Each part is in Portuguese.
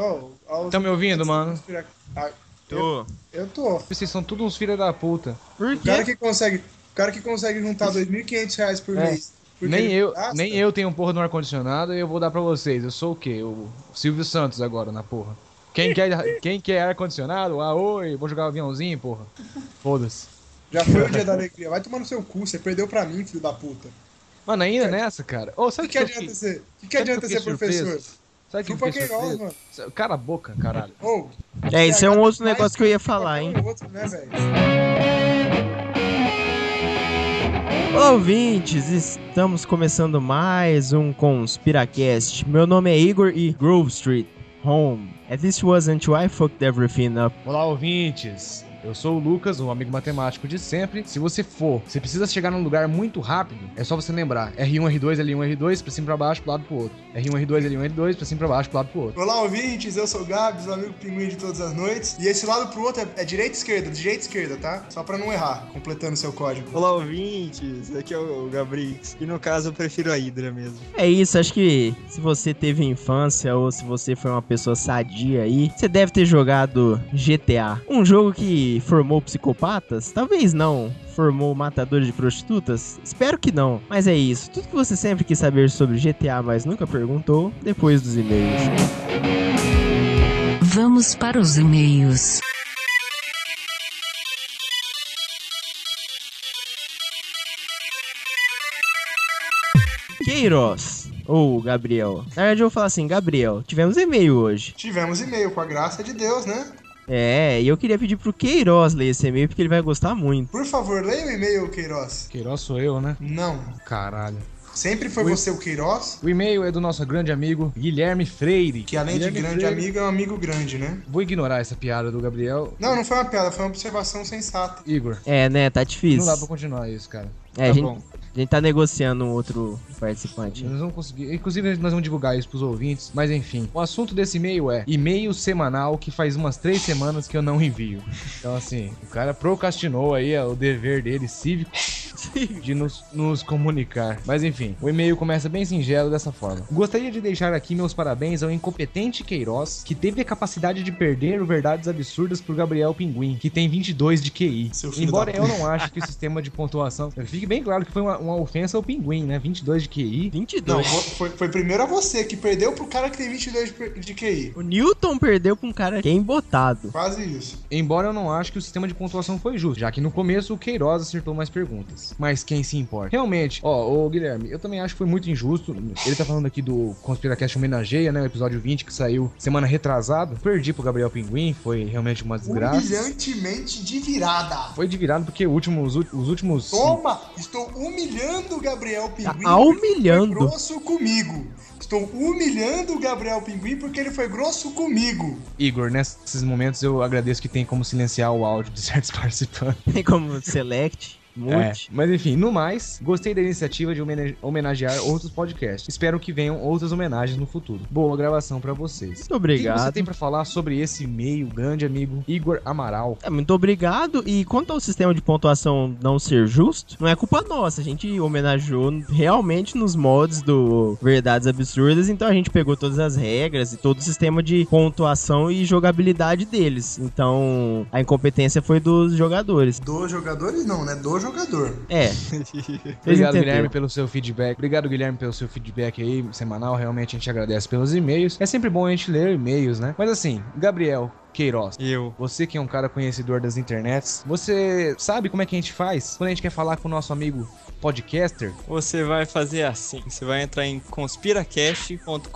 Oh, Tá me ouvindo, mano? Ah, Tô. eu tô. Vocês são todos uns filha da puta. Por O cara quê? que consegue, o cara que consegue juntar 2.500 reais por É. mês. porque nem ele eu, gasta, nem eu tenho um porra no ar-condicionado e eu vou dar pra vocês. Eu sou o quê? O Silvio Santos agora na porra. Quem quer, quem quer ar-condicionado? Ah, oi, vou jogar aviãozinho, porra. Foda-se. Já foi o dia da alegria. Vai tomar no seu cu, você perdeu pra mim, filho da puta. O Mano, ainda nessa, cara? Ô, sabe que, o que adianta ser? É. O que, que adianta ser professor? Sabe o que eu Chupa fiquei quem rola, surpreso? mano. Sa- Cala a boca, caralho. Ou, É, isso é um outro negócio que eu ia falar, hein? outro, né, velho? Ouvintes, estamos começando mais um Conspiracast. Meu nome é Igor e Grove Street, home. At this wasn't why I fucked everything up. Olá, ouvintes. Eu sou o Lucas, um amigo matemático de sempre. Se você for, você precisa chegar num lugar muito rápido, é só você lembrar. R1, R2, L1, R2, um, pra cima, pra baixo, pro lado, pro outro. R1, R2, L1, R2, pra cima, pra baixo, pro lado, pro outro. Olá, ouvintes, eu sou o Gabs, o amigo pinguim de todas as noites. E esse lado pro outro é, é direita e esquerda, direita e esquerda, tá? Só pra não errar, completando seu código. Olá, ouvintes! Aqui é o Gabrix. E no caso, eu prefiro a Hydra mesmo. É isso, acho que se você teve infância ou se você foi uma pessoa sadia aí, você deve ter jogado GTA. Um jogo que formou psicopatas? Talvez não. Formou matadores de prostitutas? Espero que não. Mas é isso. Tudo que você sempre quis saber sobre GTA, mas nunca perguntou, depois dos e-mails. Vamos para os e-mails. Queiroz ou Gabriel. Na verdade, eu vou falar assim, Gabriel, tivemos e-mail hoje. Tivemos e-mail, com a graça de Deus, né? É, e eu queria pedir pro Queiroz ler esse e-mail porque ele vai gostar muito. Por favor, leia o e-mail, Queiroz. Queiroz sou eu, né? Não. Caralho. Sempre foi você o Queiroz, O e-mail é do nosso grande amigo Guilherme Freire. que além de Guilherme grande Freire- amigo, é um amigo grande, né? Vou ignorar essa piada do Gabriel. Não, não foi uma piada, foi uma observação sensata. Igor, É, né? Tá não difícil. dá pra continuar isso, cara. É, a tá gente, bom. a gente tá negociando um outro participante. Nós vamos conseguir. Inclusive, nós vamos divulgar isso pros ouvintes. Mas enfim, o assunto desse e-mail é e-mail semanal que faz umas três semanas que eu não envio. Então, assim, o cara procrastinou aí ó, o dever dele cívico de nos, nos comunicar. Mas enfim, o e-mail começa bem singelo dessa forma. Gostaria de deixar aqui meus parabéns ao incompetente Queiroz, que teve a capacidade de perder o verdades absurdas por Gabriel Pinguim, que tem 22 de QI. Seu filho Embora da eu não ache que o sistema de pontuação. Fique bem claro que foi uma, uma ofensa ao Pinguim, né? 22 de QI. 22. Não, foi, foi primeiro a você que perdeu pro cara que tem 22 de- de QI. O Newton perdeu pra um cara que é embotado. Quase isso. Embora eu não ache que o sistema de pontuação foi justo, já que no começo o Queiroz acertou mais perguntas. Mas quem se importa? Realmente, ó, ô Guilherme, eu também acho que foi muito injusto. Ele tá falando aqui do Conspiracast Homenageia, né? O episódio 20 que saiu semana retrasada. Perdi pro Gabriel Pinguim, foi realmente uma desgraça. Humilhantemente de virada. Foi de virado porque o último- os ú- os últimos. Toma! Estou humilhando o Gabriel Tá Pinguim. ah, porque Foi humilhando. grosso comigo. Estou humilhando o Gabriel Pinguim porque ele foi grosso comigo. Igor, nesses momentos eu agradeço que tem como silenciar o áudio de certos participantes. Tem como select, multi. É, Mas enfim, no mais, gostei da iniciativa de homene- homenagear outros podcasts. Espero que venham outras homenagens no futuro. Boa gravação pra vocês. Muito O que você obrigado. tem pra falar sobre esse e-mail, grande amigo Igor Amaral? É, muito obrigado. E quanto ao sistema de pontuação não ser justo, não é culpa nossa. A gente homenageou realmente nos mods do Verdades Absurdas, então a gente pegou todas as regras e todo o sistema de pontuação e jogabilidade deles. Então a incompetência foi dos jogadores. Dos jogadores não, né? Do jogador. É. Vocês Obrigado, entenderam. Guilherme, pelo seu feedback. Obrigado, Guilherme, pelo seu feedback aí, semanal. Realmente a gente agradece pelos e-mails. É sempre bom a gente ler e-mails, né? Mas assim, Gabriel Queiroz, Eu. Você que é um cara conhecedor das internets, você sabe como é que a gente faz quando a gente quer falar com o nosso amigo podcaster? Você vai fazer assim. Você vai entrar em conspiracast.com.br.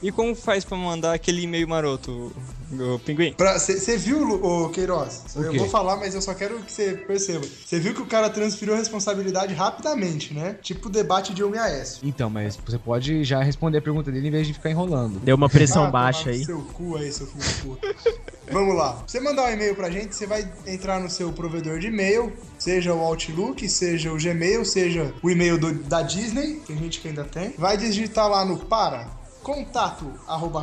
E como faz pra mandar aquele e-mail maroto, o Pinguim? Você viu, Lu- ô Queiroz? O eu quê? vou falar, mas eu só quero que você perceba. Você viu que o cara transferiu a responsabilidade rapidamente, né? Tipo o debate de Homem e Aécio. Então, mas você pode já responder a pergunta dele em vez de ficar enrolando. Deu uma pressão Ah, baixa tomar no aí. Seu cu aí, seu filho da puta. Vamos lá. Pra Você mandar um e-mail pra gente, você vai entrar no seu provedor de e-mail, seja o Outlook, seja o Gmail, seja o e-mail do- da Disney, tem gente que ainda tem. Vai digitar lá no para contato arroba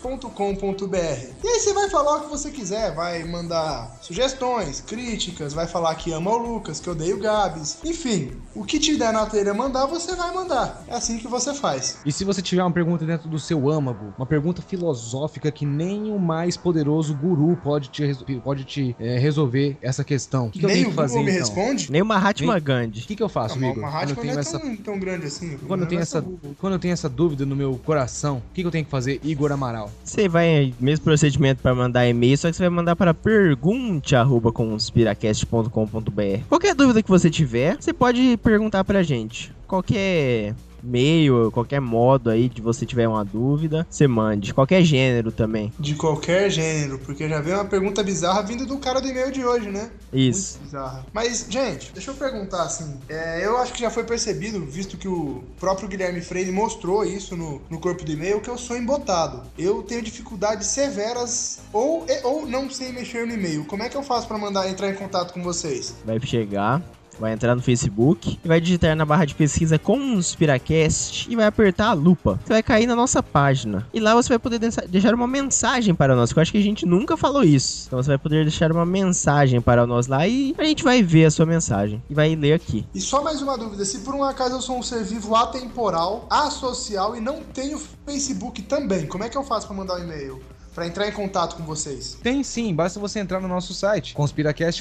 conspiracast.com.br. E aí você vai falar o que você quiser, vai mandar sugestões, críticas, vai falar que ama o Lucas, que odeia o Gabs, enfim, o que te der na telha mandar, você vai mandar. É assim que você faz. E se você tiver uma pergunta dentro do seu âmago, uma pergunta filosófica que nem o mais poderoso guru pode te, reso- pode te eh, resolver essa questão, o que, que eu Nem tenho o que fazer Google me então? responde. Nem o Mahatma O Gandhi. que, que eu faço, Não, amigo? uma Quando eu rádio não tenho é essa tão, tão grande assim. Quando eu, tenho Negócio é essa, o Google. quando eu tenho essa dúvida no meu coração, o que, que eu tenho que fazer, Igor Amaral? Você vai, mesmo procedimento para mandar e-mail, só que você vai mandar para pergunte@conspiracast.com.br. Qualquer dúvida que você tiver, você pode perguntar pra gente. Qualquer meio, qualquer modo aí de você tiver uma dúvida, você mande. Qualquer gênero também. De qualquer gênero, porque já veio uma pergunta bizarra vindo do cara do e-mail de hoje, né? Isso. Bizarra. Mas, gente, deixa eu perguntar assim. é, eu acho que já foi percebido, visto que o próprio Guilherme Freire mostrou isso no, no corpo do e-mail, que eu sou embotado. Eu tenho dificuldades severas ou, e- ou não sei mexer no e-mail. Como é que eu faço pra mandar entrar em contato com vocês? vai chegar, vai entrar no Facebook e vai digitar na barra de pesquisa Conspiracast e vai apertar a lupa. Você vai cair na nossa página. E lá você vai poder densa- deixar uma mensagem para nós, que eu acho que a gente nunca falou isso. Então você vai poder deixar uma mensagem para nós lá e a gente vai ver a sua mensagem e vai ler aqui. E só mais uma dúvida: se por um acaso eu sou um ser vivo atemporal, associal e não tenho Facebook também, como é que eu faço pra mandar um e-mail? Pra entrar em contato com vocês? Tem sim, basta você entrar no nosso site,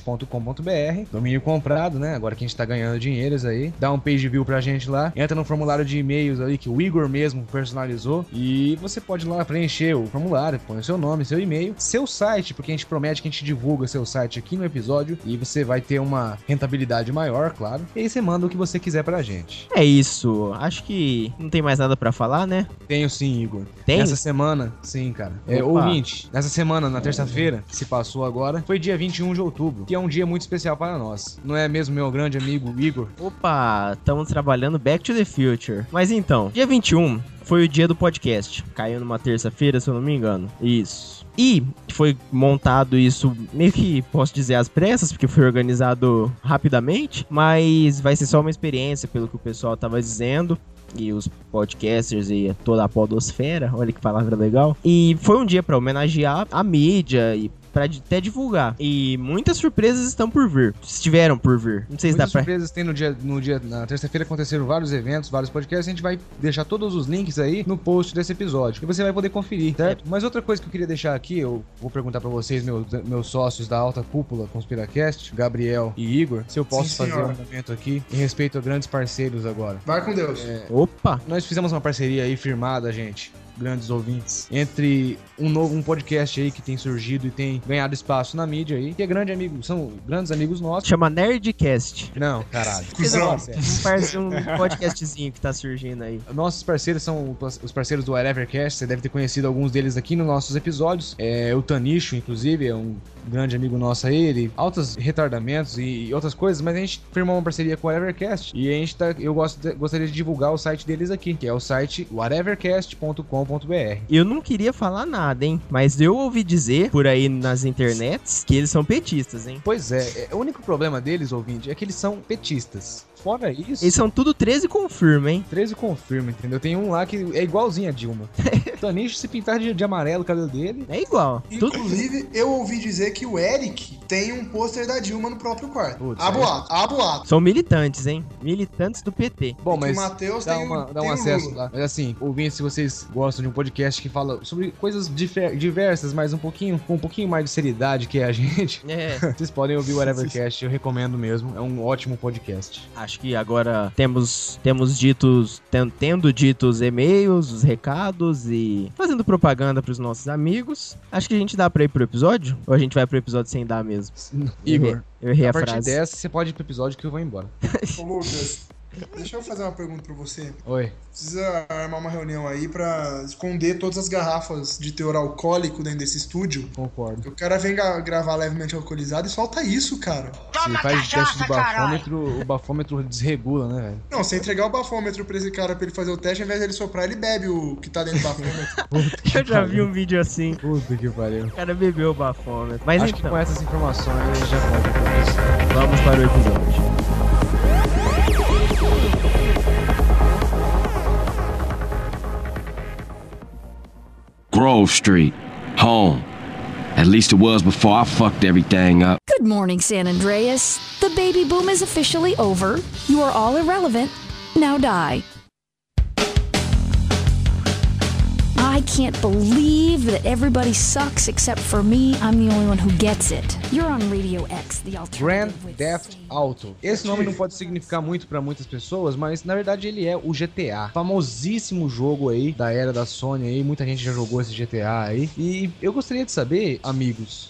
conspiracast.com.br, domínio comprado, né? Agora que a gente tá ganhando dinheiros aí, dá um page view pra gente lá, entra no formulário de e-mails ali que o Igor mesmo personalizou e você pode ir lá preencher o formulário, põe o seu nome, seu e-mail, seu site, porque a gente promete que a gente divulga seu site aqui no episódio e você vai ter uma rentabilidade maior, claro. E aí você manda o que você quiser pra gente. É isso. Acho que não tem mais nada pra falar, né? Tenho sim, Igor. Tem? Nessa semana, sim, cara. É, Opa. ouvinte, nessa semana, na terça-feira, que se passou agora, foi dia 21 de outubro, que é um dia muito especial para nós. Não é mesmo, meu grande amigo Igor? Opa, estamos trabalhando Back to the Future. Mas então, dia 21 foi o dia do podcast. Caiu numa terça-feira, se eu não me engano. Isso. E foi montado isso, meio que posso dizer às pressas, porque foi organizado rapidamente. Mas vai ser só uma experiência, pelo que o pessoal tava dizendo e os podcasters e toda a podosfera, olha que palavra legal. E foi um dia pra homenagear a mídia e para até divulgar. E muitas surpresas estão por vir. Estiveram por vir. Não sei se dá Muitas pra surpresas tem no dia, no dia na terça-feira aconteceram vários eventos, vários podcasts. A gente vai deixar todos os links aí no post desse episódio e você vai poder conferir, certo? É. Mas outra coisa que eu queria deixar aqui, eu vou perguntar pra vocês, meus, meus sócios da Alta Cúpula Conspiracast, Gabriel e Igor, se eu posso Sim, fazer senhor. um momento aqui em respeito a grandes parceiros agora. Vai com Deus. É. Opa! Nós fizemos uma parceria aí firmada, gente, grandes ouvintes, entre um novo um podcast aí que tem surgido e tem ganhado espaço na mídia aí, que é grande amigo, são grandes amigos nossos. Chama Nerdcast. Não, caralho. Cusão. É. Um, par- um podcastzinho que tá surgindo aí. Nossos parceiros são os parceiros do Whatevercast, você deve ter conhecido alguns deles aqui nos nossos episódios. É, o Tanicho, inclusive, é um grande amigo nosso aí, ele altos retardamentos e, e outras coisas, mas a gente firmou uma parceria com o Whatevercast e a gente tá, eu gosto de- gostaria de divulgar o site deles aqui, que é o site whatevercast.com.br. Eu não queria falar nada, hein? Mas eu ouvi dizer por aí nas internets que eles são petistas, hein? Pois é, é, o único problema deles, ouvinte, é que eles são petistas. Fora isso, Eles são tudo 13 confirma, hein? 13 confirma, entendeu? Tem um lá que é igualzinho a Dilma. Tanicho, se pintar de, de amarelo o cabelo dele, É igual. Tudo... Inclusive, eu ouvi dizer que o Eric tem um pôster da Dilma no próprio quarto. Putz, Há é? boato, há boato. São militantes, hein? Militantes do PT. bom, E que mas o Matheus dá, tem, uma, o- dá tem um o acesso Lula. lá. Mas assim, ouvindo se vocês gostam de um podcast que fala sobre coisas difer- diversas, mas um pouquinho, com um pouquinho mais de seriedade que é a gente, É, vocês podem ouvir o Whatevercast, eu recomendo mesmo, é um ótimo podcast. acho que agora temos temos ditos, ten- tendo dito os e-mails, os recados e fazendo propaganda pros nossos amigos. Acho que a gente dá pra ir pro episódio? Ou a gente vai pro episódio sem dar mesmo? Igor, Eu errei a a, partir frase. dessa você pode ir pro episódio que eu vou embora. Ô, Lucas, deixa eu fazer uma pergunta pra você. Oi. Precisa armar uma reunião aí pra esconder todas as garrafas de teor alcoólico dentro desse estúdio. Concordo. O cara vem ga- gravar levemente alcoolizado e solta isso, cara. Se faz o teste do bafômetro, o bafômetro desregula, né, velho? Não, você entregar o bafômetro pra esse cara pra ele fazer o teste, ao invés dele soprar, ele bebe o que tá dentro do bafômetro. Eu já vi um vídeo assim. Puta que pariu. O cara bebeu o bafômetro. Mas Acho que então, é. com essas informações a gente já pode. vamos para o episódio. Grove Street, home. At least it was before I fucked everything up. Good morning, San Andreas. The baby boom is officially over. You are all irrelevant. Now die. I can't believe that everybody sucks except for me. I'm the only one who gets it. You're on Radio X, the Grand alternative. with Theft Satan. Auto. Esse nome não pode significar muito pra muitas pessoas, mas na verdade ele é o GTA, famosíssimo jogo aí da era da Sony aí, muita gente já jogou esse GTA aí. E eu gostaria de saber, amigos,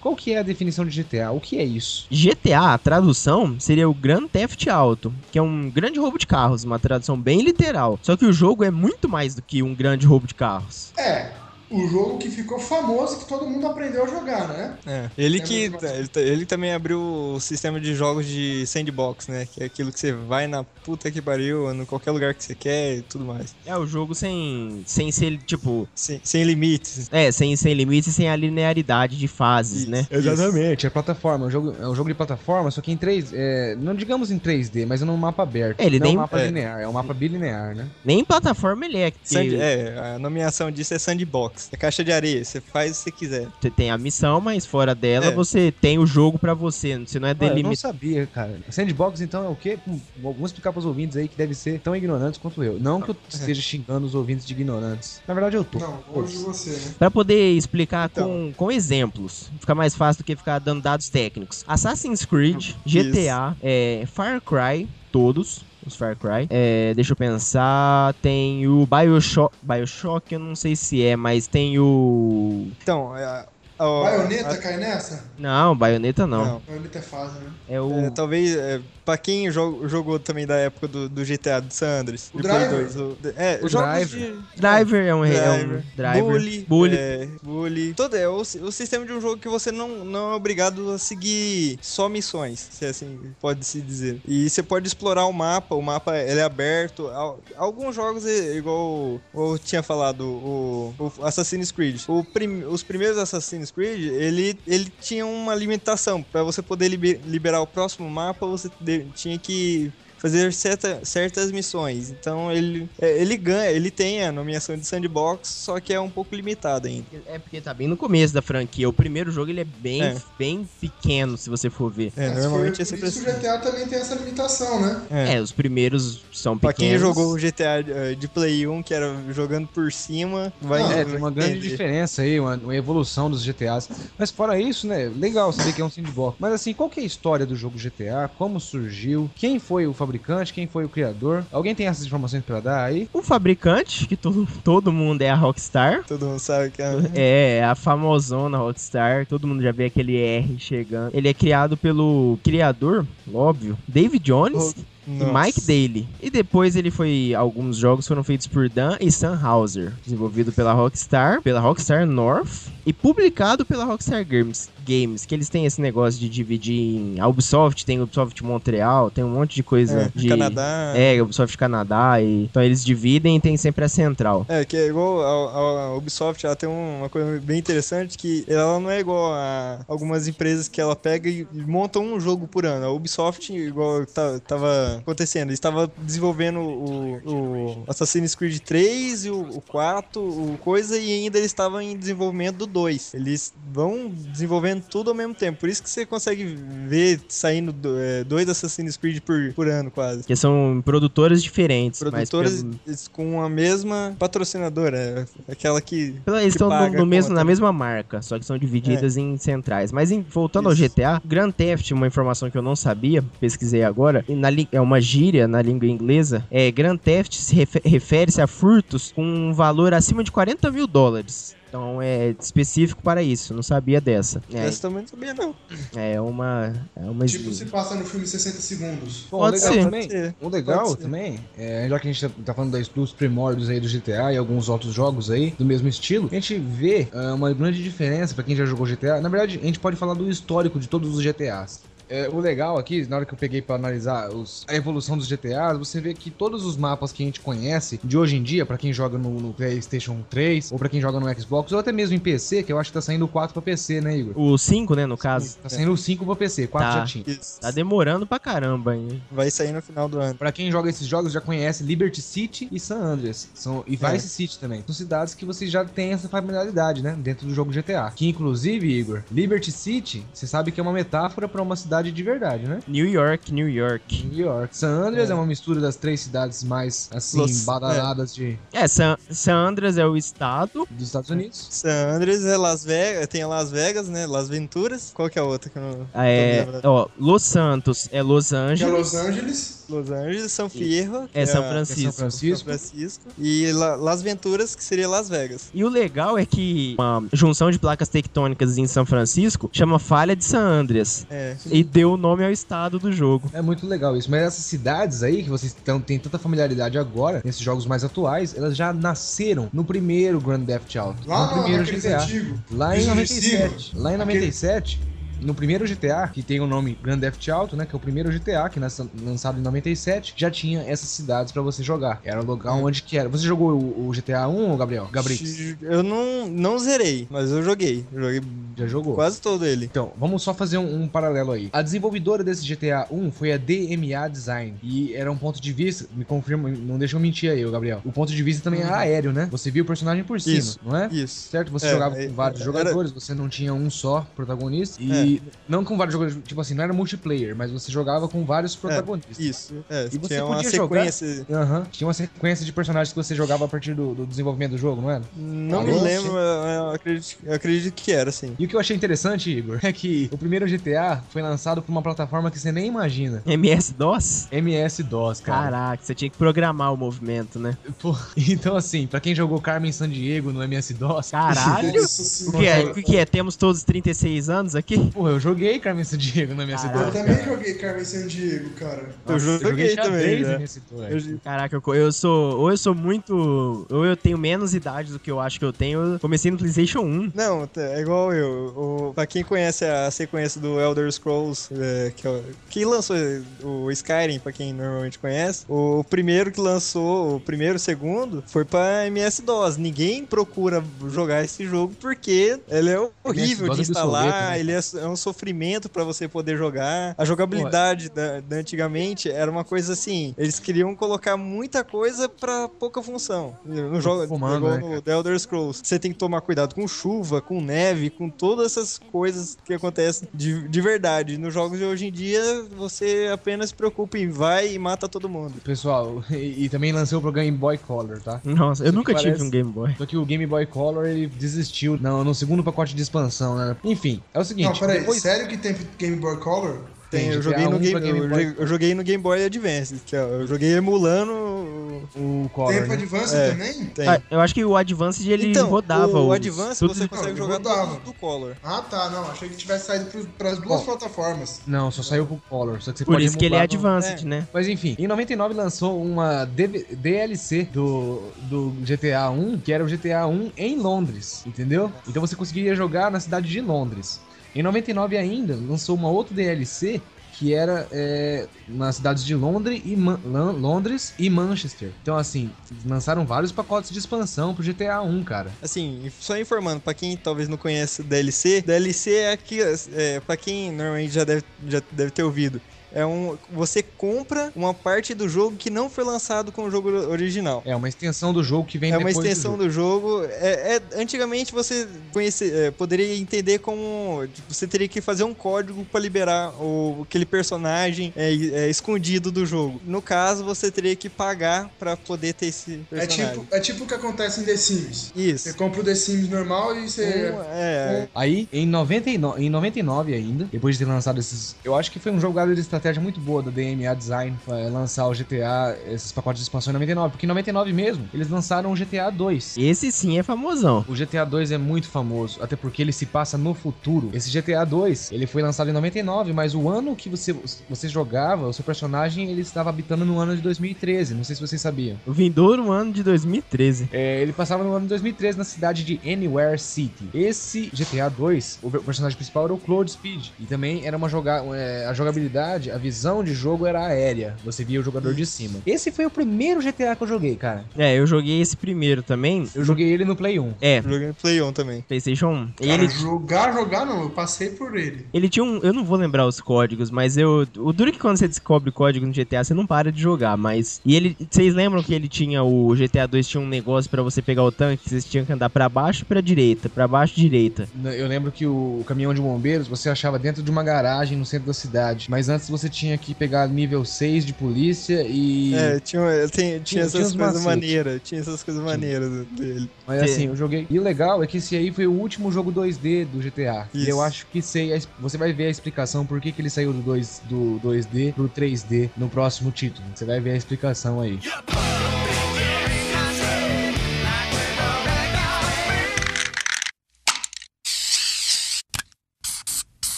qual que é a definição de GTA? O que é isso? GTA, a tradução, seria o Grand Theft Auto, que é um grande roubo de carros, uma tradução bem literal. Só que o jogo é muito mais do que um grande roubo de carros. É, o jogo que ficou famoso que todo mundo aprendeu a jogar, né? É. Ele que. muito bacana. ele ta- Ele também abriu o sistema de jogos de sandbox, né? Que é aquilo que você vai na puta que pariu, no qualquer lugar que você quer e tudo mais. É o jogo sem, sem ser, tipo, Sem, sem limites. é, sem, sem limites e sem a linearidade de fases, né? Exatamente, é plataforma, é um jogo, é um jogo de plataforma, só que em 3, é, não digamos em 3D, mas é num mapa aberto. É, ele não é nem- um mapa é. linear, é um mapa bilinear, né? Nem plataforma ele é, que Sand- é, a nomeação disso é sandbox. É caixa de areia, você faz o que você quiser. você tem a missão, mas fora dela É. você tem o jogo pra você, você não é Olha, eu não delimitado. sabia, cara. Sandbox, então, é o quê? Hum, Vamos explicar pros ouvintes aí que devem ser tão ignorantes quanto eu. Não que eu esteja xingando os ouvintes de ignorantes. Na verdade, eu tô. Não, hoje você, né? Pra poder explicar Então. com, com exemplos. Fica mais fácil do que ficar dando dados técnicos. Assassin's Creed, GTA, é, Far Cry, todos. Os Far Cry. É, deixa eu pensar. Tem o Bioshock. Bioshock, eu não sei se é, mas tem o. Então, a, a, a- Baioneta cai nessa? Não, baioneta não. Não. Baioneta é fácil, né? É o. É, talvez, é, pra quem jo- jogou também da época do, do GTA do San Andreas, O de Driver. o- é, O os jogos Driver. de Driver é um. É um Driver. driver. Bully, Bully. É, bully. Todo é o, si- o sistema de um jogo que você não, não é obrigado a seguir só missões, se assim pode se dizer. E você pode explorar o mapa, o mapa ele é aberto. Al- Alguns jogos, é igual eu tinha falado, o, o Assassin's Creed. O prim- os primeiros Assassin's Creed, ele, ele tinha uma limitação. Pra você poder liber- liberar o próximo mapa, você de- tinha que fazer certa- certas missões. Então ele, é, ele ganha, ele tem a nomeação de sandbox, só que é um pouco limitada ainda. É porque tá bem no começo da franquia. O primeiro jogo ele é bem, É. bem pequeno, se você for ver. É, Mas foi por normalmente é sempre isso assim. que o GTA também tem essa limitação, né? É. É, os primeiros são Pra pequenos. quem jogou o GTA eh, de Play 1, que era jogando por cima, vai. Não, É, vai tem uma grande entender. diferença aí, uma, uma evolução dos GTAs. Mas fora isso, né? Legal saber que é um sandbox. Mas assim, qual que é a história do jogo GTA? Como surgiu? Quem foi o fabricante? Quem foi o criador? Alguém tem essas informações pra dar aí? O Um fabricante, que todo, todo mundo é a Rockstar. Todo mundo sabe que é. É, a famosona Rockstar. Todo mundo já vê aquele R chegando. Ele é criado pelo criador, óbvio, David Jones e Oh, Nossa. Mike Daly. E depois ele foi. Alguns jogos foram feitos por Dan e Sam Hauser. Desenvolvido pela Rockstar, pela Rockstar North e publicado pela Rockstar Games. Games que eles têm esse negócio de dividir em. A Ubisoft tem Ubisoft Montreal, tem um monte de coisa. É, de né? Canadá. É. É, Ubisoft Canadá e. Então eles dividem e tem sempre a central. que é igual a, a Ubisoft, ela tem um, uma coisa bem interessante que ela não é igual a algumas empresas que ela pega e monta um jogo por ano. A Ubisoft, igual tá, tava acontecendo, eles estavam desenvolvendo o, o Assassin's Creed 3 e o, o 4, o coisa, e ainda eles estavam em desenvolvimento do 2. Eles vão desenvolvendo tudo ao mesmo tempo. Por isso que você consegue ver saindo do- é, dois Assassin's Creed por, por ano, quase. Que são produtoras diferentes. mas Produtoras pelo- com a mesma patrocinadora, é, aquela que. pela- eles que estão no- paga no a mesmo, na conta. mesma marca, só que são divididas em centrais. Mas em- voltando Isso. ao GTA, Grand Theft, uma informação que eu não sabia, pesquisei agora, e na li- é uma gíria na língua inglesa. É, Grand Theft se refe- refere-se a furtos com um valor acima de 40 mil dólares. Então é específico para isso, não sabia dessa. É. Essa também não sabia, não. É, é uma. É uma Tipo, se passa no filme 60 segundos. Bom, Pode legal ser. também. Você- O legal Pode ser. também, é, já que a gente tá- tá falando das- dos primórdios aí do GTA e alguns outros jogos aí do mesmo estilo, a gente vê ah, uma grande diferença pra quem já jogou GTA. Na verdade, a gente pode falar do histórico de todos os GTAs. É, o legal aqui, na hora que eu peguei pra analisar os- a evolução dos GTAs, você vê que todos os mapas que a gente conhece de hoje em dia, pra quem joga no, no PlayStation 3, ou pra quem joga no Xbox, ou até mesmo em PC, que eu acho que tá saindo o 4 pra PC, né, Igor? O 5, né, no caso. Tá saindo o 5 pra PC, 4 Tá. já tinha. Isso. Tá demorando pra caramba, hein? Vai sair no final do ano. Pra quem joga esses jogos, já conhece Liberty City e San Andreas. São, e Vice City também. São cidades que você já tem essa familiaridade, né? Dentro do jogo GTA. Que inclusive, Igor, Liberty City, você sabe que é uma metáfora pra uma cidade de verdade, né? New York, New York. New York. San Andreas é, uma mistura das três cidades mais, assim, Los- badaladas de, É, San, San Andreas é o estado. dos Estados Unidos. San Andres é Las Vegas, tem Las Vegas, né? Las Venturas. Qual que é a outra que eu não Ah, É, não lembro? ó, Los Santos é Los Que é Angeles. Los Angeles. Los Angeles, São Fierro. que É São a- Que é São Francisco. São Francisco. Francisco. E La- Las Venturas, que seria Las Vegas. E o legal é que uma junção de placas tectônicas em São Francisco chama Falha de San Andreas. É. E deu o nome ao estado do jogo. É muito legal isso, mas essas cidades aí que vocês tão, têm tanta familiaridade agora, nesses jogos mais atuais, elas já nasceram no primeiro Grand Theft Auto. Lá no no, primeiro naquele Ah, antigo. Lá em Isso, 97. Silva. Lá em Aquele- 97, no primeiro GTA, que tem o nome Grand Theft Auto, né? Que é o primeiro GTA, que nas- lançado em 97, já tinha essas cidades pra você jogar. Era o lugar Hum. onde que era. Você jogou o, o GTA 1, Gabriel? Gabriel, Eu não, não zerei, mas eu joguei. Eu Joguei já jogou? quase todo ele. Então, vamos só fazer um, um paralelo aí. A desenvolvedora desse GTA 1 foi a DMA Design. E era um ponto de vista, me confirma, não deixa eu mentir aí, ô Gabriel. O ponto de vista também era aéreo, né? Você via o personagem por cima, Hum. Isso. não é? Isso. Certo? Você É, jogava é, com vários era- É. jogadores, você não tinha um só protagonista. E não com vários jogadores, tipo assim, não era multiplayer, mas você jogava com vários É. protagonistas. Isso. É, E você tinha uma podia jogar- sequência. Aham. Tinha uma sequência de personagens que você jogava a partir do, do desenvolvimento do jogo, não era? Não Alô? me lembro, mas eu acredito, eu acredito que era, assim. sim. E o que eu achei interessante, Igor, é que o primeiro GTA foi lançado por uma plataforma que você nem imagina. MS-DOS? MS-DOS, cara. Caraca, você tinha que programar o movimento, né? Pô, então, assim, pra quem jogou Carmen Sandiego no MS-DOS, Caralho! Nossa O que, é? senhora. O que é? Temos todos 36 anos aqui? porra, eu joguei Carmen Sandiego no Eu MS-DOS. Caraca. também joguei Carmen Sandiego, cara. Eu joguei também, né? né? já. Eu MS-DOS. ju- Caraca, eu co- eu sou. Ou eu sou muito. Ou eu tenho menos idade do que eu acho que eu tenho. Eu comecei no PlayStation 1. Não, tá- é igual eu. O, pra quem conhece a sequência do Elder Scrolls, é, que é o- quem lançou é, o Skyrim, pra quem normalmente conhece, o primeiro que lançou, o primeiro, o segundo, foi pra MS-DOS. Ninguém procura jogar esse jogo porque ele é horrível MS-DOS de é instalar, obsoleto, né? ele é, é um sofrimento pra você poder jogar. A jogabilidade da, da antigamente era uma coisa assim, eles queriam colocar muita coisa pra pouca função. No jogo, comando, igual né, no- o The Elder Scrolls. Você tem que tomar cuidado com chuva, com neve, com todas essas coisas que acontecem de, de verdade. Nos jogos de hoje em dia, você apenas se preocupa em vai e mata todo mundo. Pessoal, e, e também lançou pro Game Boy Color, tá? Nossa, eu Isso nunca que tive parece. um Game Boy. Só Então que o Game Boy Color ele desistiu no, no segundo pacote de expansão, né? Enfim, é o seguinte. Não, peraí, depois- sério que tem Game Boy Color? Tem, Tem eu, GTA joguei no um game, pra Game eu Boy. joguei- eu joguei no Game Boy Advance, que é- eu joguei emulando o- é O Color. Tem pra né? Advance É. também? tem. Ah, eu acho que o Advanced ele Então, rodava. Então, o os- Advance tudo você de- consegue Não, jogar rodava. do, do Color. Ah, tá, não. Achei que tivesse saído pro- pras duas Ó. plataformas. Não, só saiu pro Color. Só que você Por pode isso que ele é emular no- Advanced, né? Mas enfim, em 99 lançou uma DV DLC do, do GTA 1, que era o GTA 1 em Londres, entendeu? Então você conseguiria jogar na cidade de Londres. Em 99 ainda lançou uma outra DLC que era é, nas cidades de Londres e, Man- Lan- Londres e Manchester. Então assim, lançaram vários pacotes de expansão pro GTA 1, cara. Assim, só informando, pra quem talvez não conhece DLC, DLC é aqui, é, pra quem normalmente já deve, já deve ter ouvido, é um. Você compra uma parte do jogo que não foi lançado com o jogo original. É uma extensão do jogo que vem É uma depois extensão do jogo. do jogo. É, é- antigamente você conhece, é, poderia entender como tipo, você teria que fazer um código pra liberar o, aquele personagem é, é, escondido do jogo. No caso, você teria que pagar pra poder ter esse É personagem. tipo, é tipo o que acontece em The Sims. Você isso. compra o The Sims normal e você. Um, é, Aí, em 99, em 99 ainda, depois de ter lançado esses. Eu acho que foi um jogo da estratégia muito boa da DMA Design é, lançar o GTA, esses pacotes de expansão em 99, porque em 99 mesmo, eles lançaram o GTA 2. Esse sim é famosão. O GTA 2 é muito famoso, até porque ele se passa no futuro. Esse GTA 2, ele foi lançado em 99, mas o ano que você, você jogava, o seu personagem, ele estava habitando no ano de 2013. Não sei se vocês sabiam. O Vindouro, um ano de 2013. É, ele passava no ano de 2013 na cidade de Anywhere City. Esse GTA 2, o per- personagem principal era o Cloud Speed. E também era uma joga é, a jogabilidade, a visão de jogo era aérea. Você via o jogador de cima. Esse foi o primeiro GTA que eu joguei, cara. É, eu joguei esse primeiro também. Eu joguei ele no Play 1. É, Joguei no Play 1 também. PlayStation 1. Cara, Ele, jogar, jogar não, eu passei por ele. ele tinha um. Eu não vou lembrar os códigos, mas eu. O duro é que quando você descobre o código no GTA, você não para de jogar, mas. E ele. Vocês lembram que ele tinha. O GTA 2 tinha um negócio pra você pegar o tanque, vocês tinham que andar pra baixo e pra direita, pra baixo e direita. N- Eu lembro que o caminhão de bombeiros você achava dentro de uma garagem no centro da cidade. Mas antes você tinha que pegar nível 6 de polícia e. É, tinha, tinha, Tinha- tinha tinha essas uns coisas macetes. maneiras. Tinha essas coisas maneiras dele. Mas Sim. assim, eu joguei. E o legal é que esse aí foi o último jogo 2D do GTA. E Isso. eu acho que sei, a es- você vai ver a explicação por que, que ele saiu do, 2, do 2D pro 3D no próximo título. Você vai ver a explicação aí.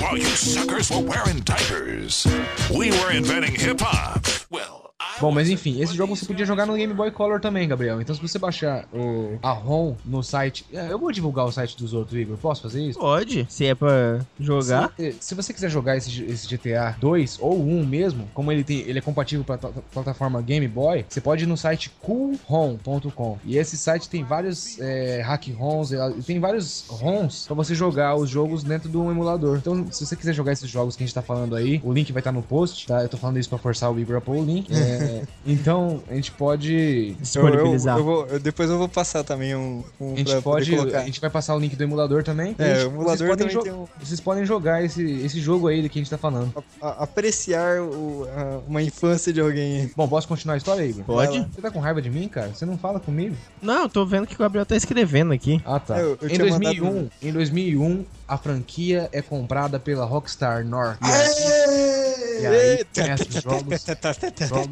While you suckers were wearing diapers, we were inventing hip hop. Well, I Bom, mas wasn't, enfim, but esse jogo these você podia jogar no Game Boy Color também, Gabriel. Então se você baixar o, a ROM no site. É, Eu vou divulgar o site dos outros, Igor. Posso fazer isso? Pode, se é pra jogar. Se, se você quiser jogar esse, esse GTA 2 ou 1 mesmo, como ele, tem, ele é compatível para plataforma Game Boy, você pode ir no site coolrom.com. E esse site tem vários é, hack ROMs, e tem vários ROMs para você jogar os jogos dentro de um emulador. Então, se você quiser jogar esses jogos que a gente tá falando aí, o link vai estar no post, tá? Eu tô falando isso para forçar o Igor a pôr o link. É, então, a gente pode Eu, eu, Disponibilizar. eu vou, eu- depois eu vou passar também um, um a gente pra poder pode. colocar. A gente vai passar o link do emulador também. E É, a gente- o emulador vocês podem, também tem um- vocês podem jogar esse, esse jogo aí que a gente tá falando. a- a- apreciar o- a- uma infância de alguém. Bom, posso continuar a história, Igor? Pode? Você tá com raiva de mim, cara? Você não fala comigo? Não, eu tô vendo que o Gabriel tá escrevendo aqui. Ah, tá. Eu- eu em, tinha 2001, mandado- um. em 2001, a franquia é comprada pela Rockstar North. E aí- Aê! E aí, Eita! começa os jogos, jogos, começa os jogos, jogos,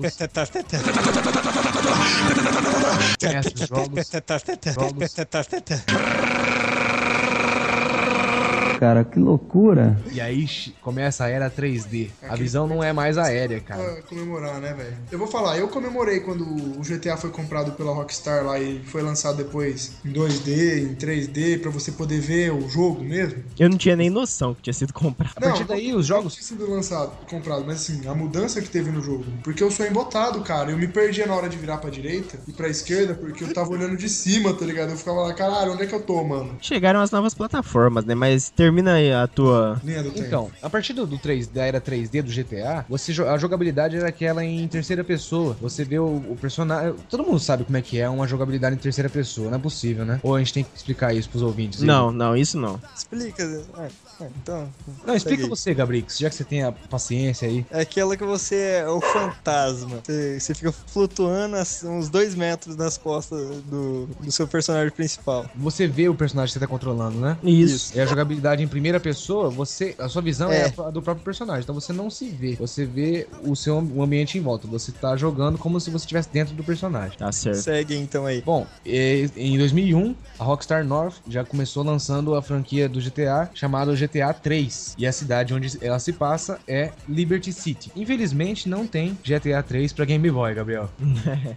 Cara, que loucura. e aí chi- começa a era 3D. A visão não é mais aérea, cara. Pra comemorar, né, velho? Eu vou falar, eu comemorei quando o GTA foi comprado pela Rockstar lá e foi lançado depois em 2D, em 3D, pra você poder ver o jogo mesmo. Eu não tinha nem noção que tinha sido comprado. A partir daí, os jogos... tinha sido lançado, comprado, mas assim, a mudança que teve no jogo. Porque eu sou embotado, cara. Eu me perdia na hora de virar pra direita e pra esquerda, porque eu tava olhando de cima, tá ligado? Eu ficava lá, caralho, onde é que eu tô, mano? Chegaram as novas plataformas, né? Mas termina aí a tua. Linha é do tempo. Então, a partir do, do 3, da era 3D do GTA, você jo- a jogabilidade era aquela em terceira pessoa. Você vê o, o personagem. Todo mundo sabe como é que é uma jogabilidade em terceira pessoa, não é possível, né? Ou a gente tem que explicar isso pros ouvintes. hein? Não, não, isso não. Explica. Ah, ah, então. Não, explica peguei. você, Gabrix, já que você tem a paciência aí. É aquela que você é o fantasma. Você, você fica flutuando as- uns dois metros nas costas do, do seu personagem principal. Você vê o personagem que você tá controlando, né? Isso. E a jogabilidade em primeira pessoa, você, a sua visão é, É. a do próprio personagem. Então você não se vê. Você vê o seu am- o ambiente em volta. Você tá jogando como se você estivesse dentro do personagem. Tá certo. Segue então aí. Bom, e- em 2001, a Rockstar North já começou lançando a franquia do GTA chamada GTA 3. E a cidade onde ela se passa é Liberty City. Infelizmente, não tem GTA 3 pra Game Boy, Gabriel.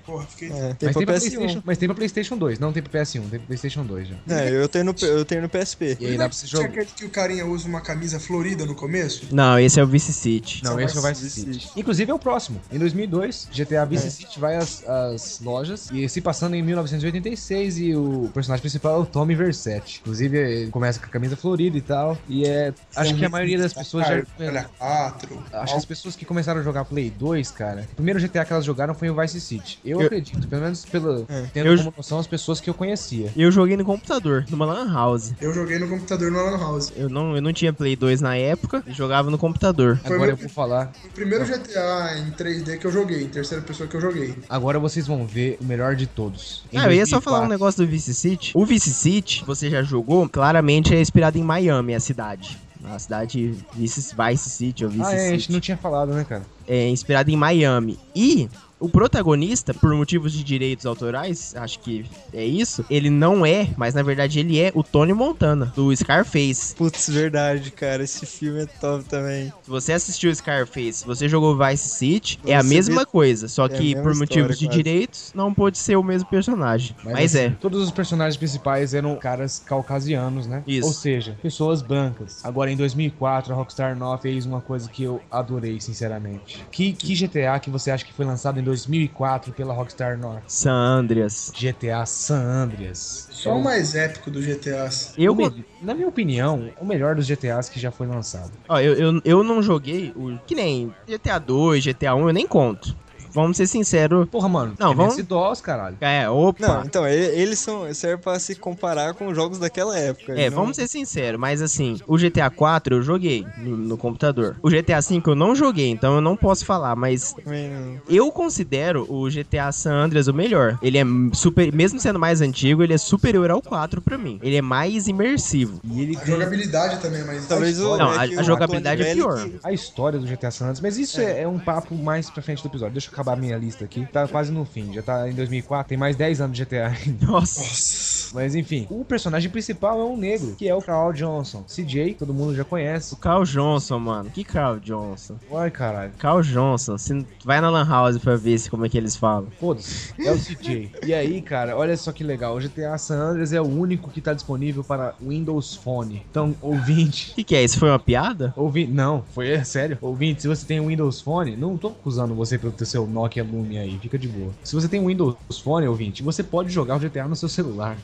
Porra, fiquei. É, tem Mas tem pra pra, PS1. PlayStation, mas tem pra PlayStation 2. Não tem pra PS1, tem pra PlayStation 2 já. É, eu tenho no, eu tenho no PSP. E aí dá pra você Tinha jogar. aquele que o carinha usa uma camisa florida no começo? Não, esse é o Vice City. Não, Só esse é o vai Vice Vice City. City. Inclusive é o próximo. Em 2002, GTA É. Vice City vai às, às lojas e se passando em 1986 e o personagem principal é o Tommy Versetti. Inclusive é, ele começa com a camisa florida e tal. E é, acho que a maioria das pessoas já é, Olha, quatro. Acho que as pessoas que começaram a jogar Play 2, cara, o primeiro GTA que elas jogaram foi o Vice City. Eu, Eu- É. acredito, pelo menos pelo, tendo Eu- como noção as pessoas que eu conhecia. Eu joguei no computador, numa Lan House. Eu joguei no computador no Lan House. Eu não, eu não tinha Play 2 na época, eu jogava no computador. Foi Agora eu meu- vou falar, O primeiro É. GTA em 3D que eu joguei, em terceira pessoa que eu joguei. agora vocês vão ver o melhor de todos. Em Ah, eu ia só falar um 2004, negócio do Vice City. O Vice City, você já jogou, claramente é inspirado em Miami, a cidade. A cidade Vice Vice City ou Vice Ah, é, a gente City. não tinha falado, né, cara? é inspirado em Miami. E o protagonista, por motivos de direitos autorais, acho que é isso, ele não é, mas na verdade ele é o Tony Montana, do Scarface. Putz, verdade, cara. Esse filme é top também. Se você assistiu Scarface, se você jogou Vice City, é a Você mesma vê- coisa, só é a que mesma por motivos história, de quase. direitos não pode ser o mesmo personagem. Mas, assim, é. Todos os personagens principais eram caras caucasianos, né? Isso. Ou seja, pessoas brancas. Agora, em 2004, a Rockstar 9 fez uma coisa que eu adorei, sinceramente. Que, que GTA que você acha que foi lançado em 2004 pela Rockstar 9? San Andreas. GTA San Andreas. Só o mais épico do GTA. Eu, O me- Na minha opinião, o melhor dos GTAs que já foi lançado. Ó, eu, eu, eu não joguei o. Que nem GTA 2, GTA 1, eu nem conto. Vamos ser sinceros. Porra, mano. Não, vamos- DOS, caralho. É, opa. Não, então, e- eles são, serve pra se comparar com os jogos daquela época. É, não- vamos ser sinceros, mas assim, o GTA 4 eu joguei no, no computador. O GTA 5 eu não joguei, então eu não posso falar, mas também não. eu considero o GTA San Andreas o melhor. Ele é super, mesmo sendo mais antigo, ele é superior ao 4 pra mim. Ele é mais imersivo. E ele A jogabilidade também, é mas. Talvez o, Não, a- que a o jogabilidade Tony é Bellic- pior. a história do GTA San Andreas, mas isso é, é um papo mais pra frente do episódio. Deixa eu acabar a minha lista aqui. Tá quase no fim, já tá em 2004, tem mais 10 anos de GTA. Nossa. Nossa. Mas enfim, o personagem principal é um negro, que é o Carl Johnson. CJ, todo mundo já conhece. O Carl Johnson, mano. Que Carl Johnson? Ai, caralho. Carl Johnson. Você vai na Lan House pra ver se, como é que eles falam. Foda-se, é o CJ. E aí, cara, olha só que legal. O GTA San Andreas é o único que tá disponível para Windows Phone. Então, ouvinte, O que, que é? Isso foi uma piada? Ouvinte, não, foi é sério. Ouvinte, se você tem um Windows Phone, não tô acusando você pelo ter seu Nokia Lumia aí, fica de boa. Se você tem um Windows Phone, ouvinte, você pode jogar o GTA no seu celular.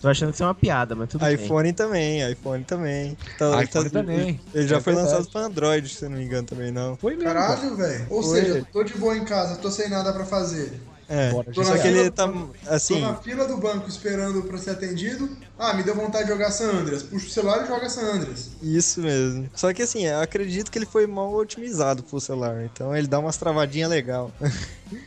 Tô achando que isso é uma piada, mas tudo bem. iPhone também, iPhone também. Tá- iPhone tá- também. Ele já É foi verdade. lançado pra Android, se eu não me engano, também não. Foi mesmo. cara. Caralho, velho. Ou Foi. seja, tô de boa em casa, tô sem nada pra fazer. É. Bora, Tô gente. Só na que ele fila- tá, assim, Tô na fila do banco esperando pra ser atendido. Ah, me deu vontade de jogar San Andreas. Puxa o celular e joga San Andreas. isso mesmo. Só que assim, eu acredito que ele foi mal otimizado pro celular, então ele dá umas travadinhas legal.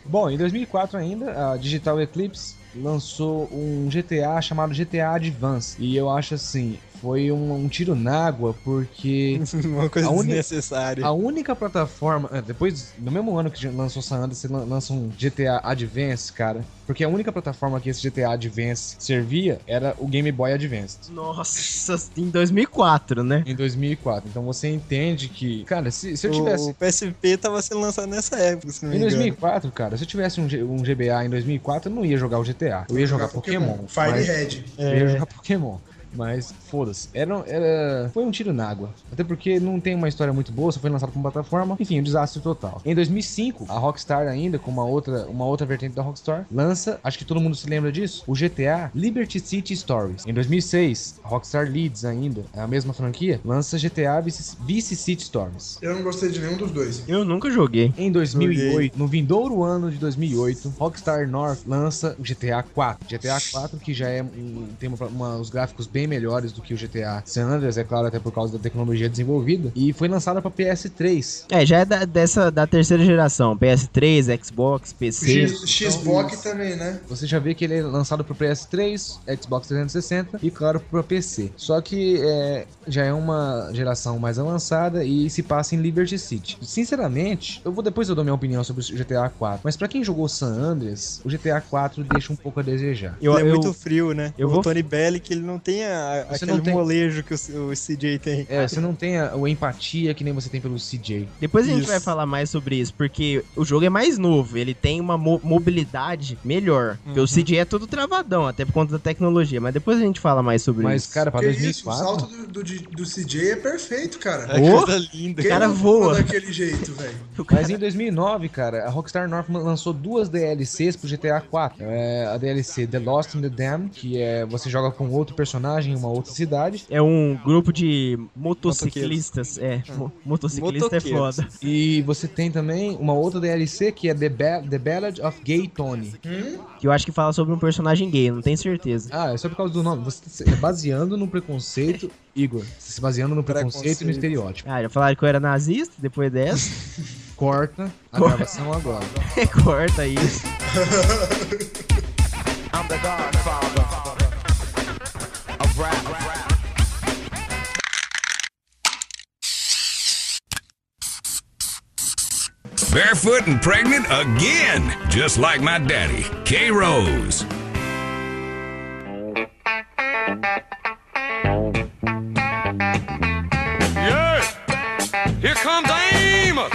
Bom, em 2004 ainda, a Digital Eclipse lançou um GTA chamado GTA Advance. E eu acho assim, foi um, um tiro na água, porque Uma coisa A uni- desnecessária. A única plataforma. é, Depois, no mesmo ano que lançou San Andreas, você lan- lança um GTA Advance, cara. Porque a única plataforma que esse GTA Advance servia era o Game Boy Advance. Nossa, em 2004, né? Em 2004. Então você entende que. Cara, se, se eu O tivesse. PSP tava sendo lançado nessa época, se não me Em engano. 2004, cara, se eu tivesse um, G- um GBA em 2004, eu não ia jogar o GTA. Eu ia jogar Pokémon. mas- Firehead. Eu ia jogar Pokémon. Mas, foda-se. Era, era... Foi um tiro na água. Até porque não tem uma história muito boa, só foi lançado como plataforma. Enfim, um desastre total. Em 2005, a Rockstar ainda, com uma outra, uma outra vertente da Rockstar, lança, acho que todo mundo se lembra disso, o GTA Liberty City Stories. Em 2006, a Rockstar Leeds ainda, é a mesma franquia, lança GTA Vice, Vice City Stories. Eu não gostei de nenhum dos dois. Eu nunca joguei. Em 2008, no vindouro ano de 2008, Rockstar North lança o GTA 4. GTA 4 que já é um, tem uma, uma- os gráficos bem melhores do que o GTA San Andreas, é claro, até por causa da tecnologia desenvolvida. E foi lançada para PS3. É, já é da, dessa, da terceira geração. PS3, Xbox, PC. X- então Xbox também, né? Você já vê que ele é lançado para PS3, Xbox 360 e, claro, para PC. Só que é, já é uma geração mais avançada e se passa em Liberty City. Sinceramente, eu vou depois eu dou minha opinião sobre o GTA 4, mas para quem jogou San Andreas, o GTA 4 deixa um pouco a desejar. Eu, ele é eu- muito frio, né? eu o vou- Tony Bellic, ele não tem a- Você aquele não tem- molejo que o, C- o CJ tem. É, você não tem a, a empatia que nem você tem pelo CJ. Depois a gente Isso. vai falar mais sobre isso, porque o jogo é mais novo, ele tem uma mo- mobilidade melhor. Porque Uhum. o CG é todo travadão, até por conta da tecnologia, mas depois a gente fala mais sobre Mas, isso. cara, pra Que isso, o 2004... salto do, do, do CJ é perfeito, cara. É Ô! coisa linda. Quem cara não ficou voa. daquele jeito, velho. o cara Mas em 2009, cara, a Rockstar North lançou duas DLCs pro GTA 4. É, a DLC The Lost in the Dam, que é você joga com outro personagem em uma outra cidade. é um grupo de motociclistas. É, mo- motociclista é Motoqueiros. foda. E você tem também uma outra DLC que é The, Ba- The Ballad of Gay Tony. Que eu acho que fala sobre um personagem gay, não tenho certeza. Ah, é só por causa do nome. Você tá se baseando no preconceito, Igor. tá Se baseando no preconceito e no Preconceito. estereótipo. Ah, já falaram que eu era nazista depois dessa. Corta a Corta. gravação agora. Corta isso. barefoot and pregnant again, just like my daddy, K Rose. Yeah! Here comes Amos!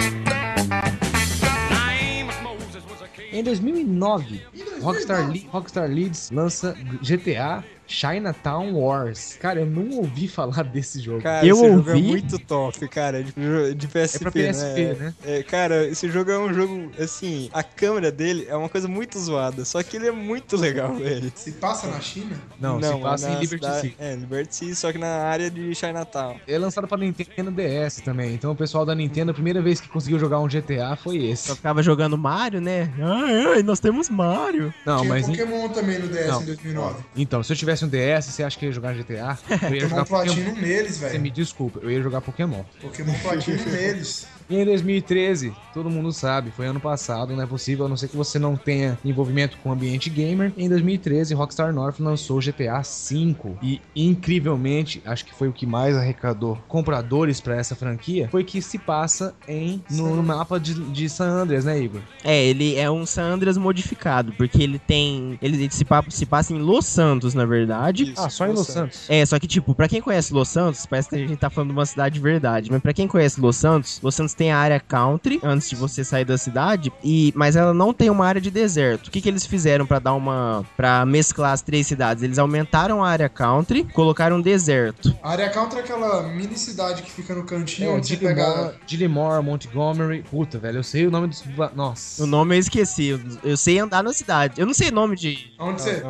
Now, Amos Moses was a king. Em 2009, Rockstar, Le- Rockstar Leeds lança GTA Chinatown Wars. Cara, eu não ouvi falar desse jogo. Cara, Eu esse jogo é ouvi- muito top, cara, de, de PSP, É pra PSP, né? É, cara, esse jogo é um jogo, assim, a câmera dele é uma coisa muito zoada, só que ele é muito legal, velho. Se passa na China? não, se passa na em Liberty cidade- City. É, Liberty City, só que na área de Chinatown. É lançado pra Nintendo DS também. Então o pessoal da Nintendo, a primeira vez que conseguiu jogar um GTA foi Só esse. ficava jogando Mario, né? Ai, ai, nós temos Mario. Não, Tinha mas. Pokémon também no DS Não. em 2009. Então, se eu tivesse um DS, você acha que eu ia jogar GTA? Eu ia Tomou jogar um Pokémon. platino neles, Você velho. me desculpa, eu ia jogar Pokémon. Pokémon platino neles. E em 2013, todo mundo sabe, foi ano passado, não é possível, a não ser que você não tenha envolvimento com o ambiente gamer. Em 2013, Rockstar North lançou GTA V e, incrivelmente, acho que foi o que mais arrecadou compradores pra essa franquia, foi que se passa em no, no mapa de, de San Andreas, né, Igor? É, ele é um San Andreas modificado, porque ele tem. Ele se, pa- se passa em Los Santos, na verdade. Isso, ah, só em Los Santos. É, só que, tipo, pra quem conhece Los Santos, parece que a gente tá falando de uma cidade de verdade. Mas pra quem conhece Los Santos, Los Santos tem a área country antes de você sair da cidade, e mas ela não tem uma área de deserto. O que, que eles fizeram pra dar uma. pra mesclar as três cidades? Eles aumentaram a área country, colocaram um deserto. A área Counter é aquela mini cidade que fica no cantinho É, onde você Dillimore, pega. Dillimore, Montgomery. Puta, velho, eu sei o nome dos. Nossa. O nome eu esqueci. eu- Eu sei andar na cidade. Eu não sei nome de. Onde você,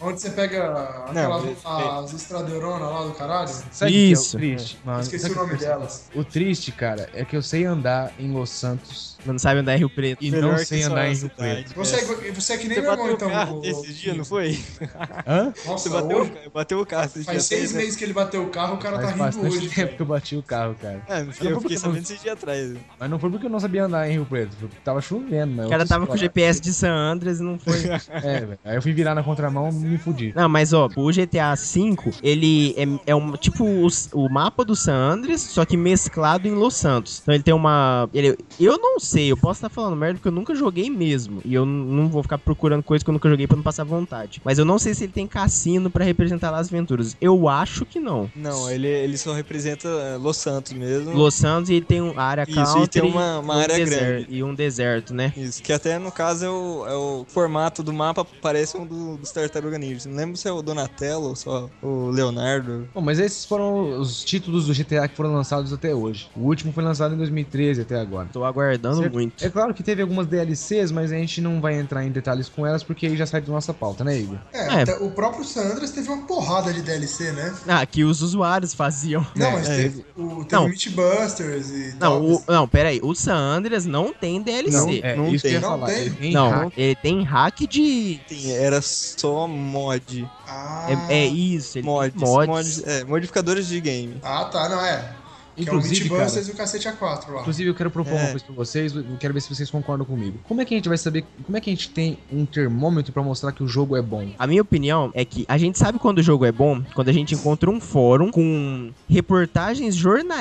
onde você pega Não, aquelas as estradeironas lá do caralho? Sabe o que é o Isso. triste? Mano, Esqueci sabe o nome delas. O triste, cara, é que eu sei andar em Los Santos Mas não sabe andar em Rio Preto. e Melhor não sei que só andar na em Rio cidade. Preto. Você, é, você é que nem Você meu irmão, bateu o então. carro o- esse dia, não foi? Hã? Nossa, Você bateu, hoje- o ca- bateu o carro esse dia. faz seis atrás, né? meses que ele bateu o carro, o cara Faz tá rindo bastante hoje. tempo que eu bati o carro, cara. Ah, eu fiquei- eu fiquei Não, sabendo esse dia atrás. Mas não foi porque eu não sabia andar em Rio Preto, foi porque tava chovendo, mas O cara tava com o GPS de San Andreas e não foi. É, velho. Aí eu fui virar na contramão e me fudi. Não, mas ó, o GTA V, ele é, é um, tipo o, o mapa do San Andres, só que mesclado em Los Santos. Então ele tem uma. ele- eu não sei, eu posso estar falando merda porque eu nunca joguei mesmo. E eu n- não vou ficar procurando coisa que eu nunca joguei pra não passar vontade. Mas eu não sei se ele tem cassino pra representar Las Venturas. Eu acho que não. Não, ele, ele só representa eh, Los Santos mesmo. Los Santos e tem um- a área Isso, e country tem uma- uma um área deserto- grande. e um deserto, né? Isso, que até no caso é o, é o formato do mapa, parece um do, dos Tartaruga Ninja. Não lembro se é o Donatello ou só o Leonardo. Bom, mas esses foram os títulos do GTA que foram lançados até hoje. O último foi lançado em 2013 até agora. Tô aguardando Certo. muito. É claro que teve algumas DLCs, mas a gente não vai entrar em detalhes com elas porque aí já sai da nossa pauta, né, Igor? É, É. até o próprio San Andreas teve uma porrada de DLC, né? Ah, que os usuários faziam. Não, mas é. teve, o, teve Não. o Meatbusters e Não, tal. o, não, peraí. O San Andreas não tem DLC. é, não isso que eu ia tem. falar. Não tem. Ele tem Não, hack. ele tem hack de. Sim, era só mod. Ah, É, é isso, ele Mods. tem mods. mods, é, modificadores de game. ah, tá, não é. um Que é o Inclusive, cara, Meatbusters e o Cacete A4 lá. Inclusive, eu quero propor É. uma coisa pra vocês, eu quero ver se vocês concordam comigo. Como é que a gente vai saber, como é que a gente tem um termômetro pra mostrar que o jogo é bom? A minha opinião é que a gente sabe quando o jogo é bom quando a gente encontra um fórum com reportagens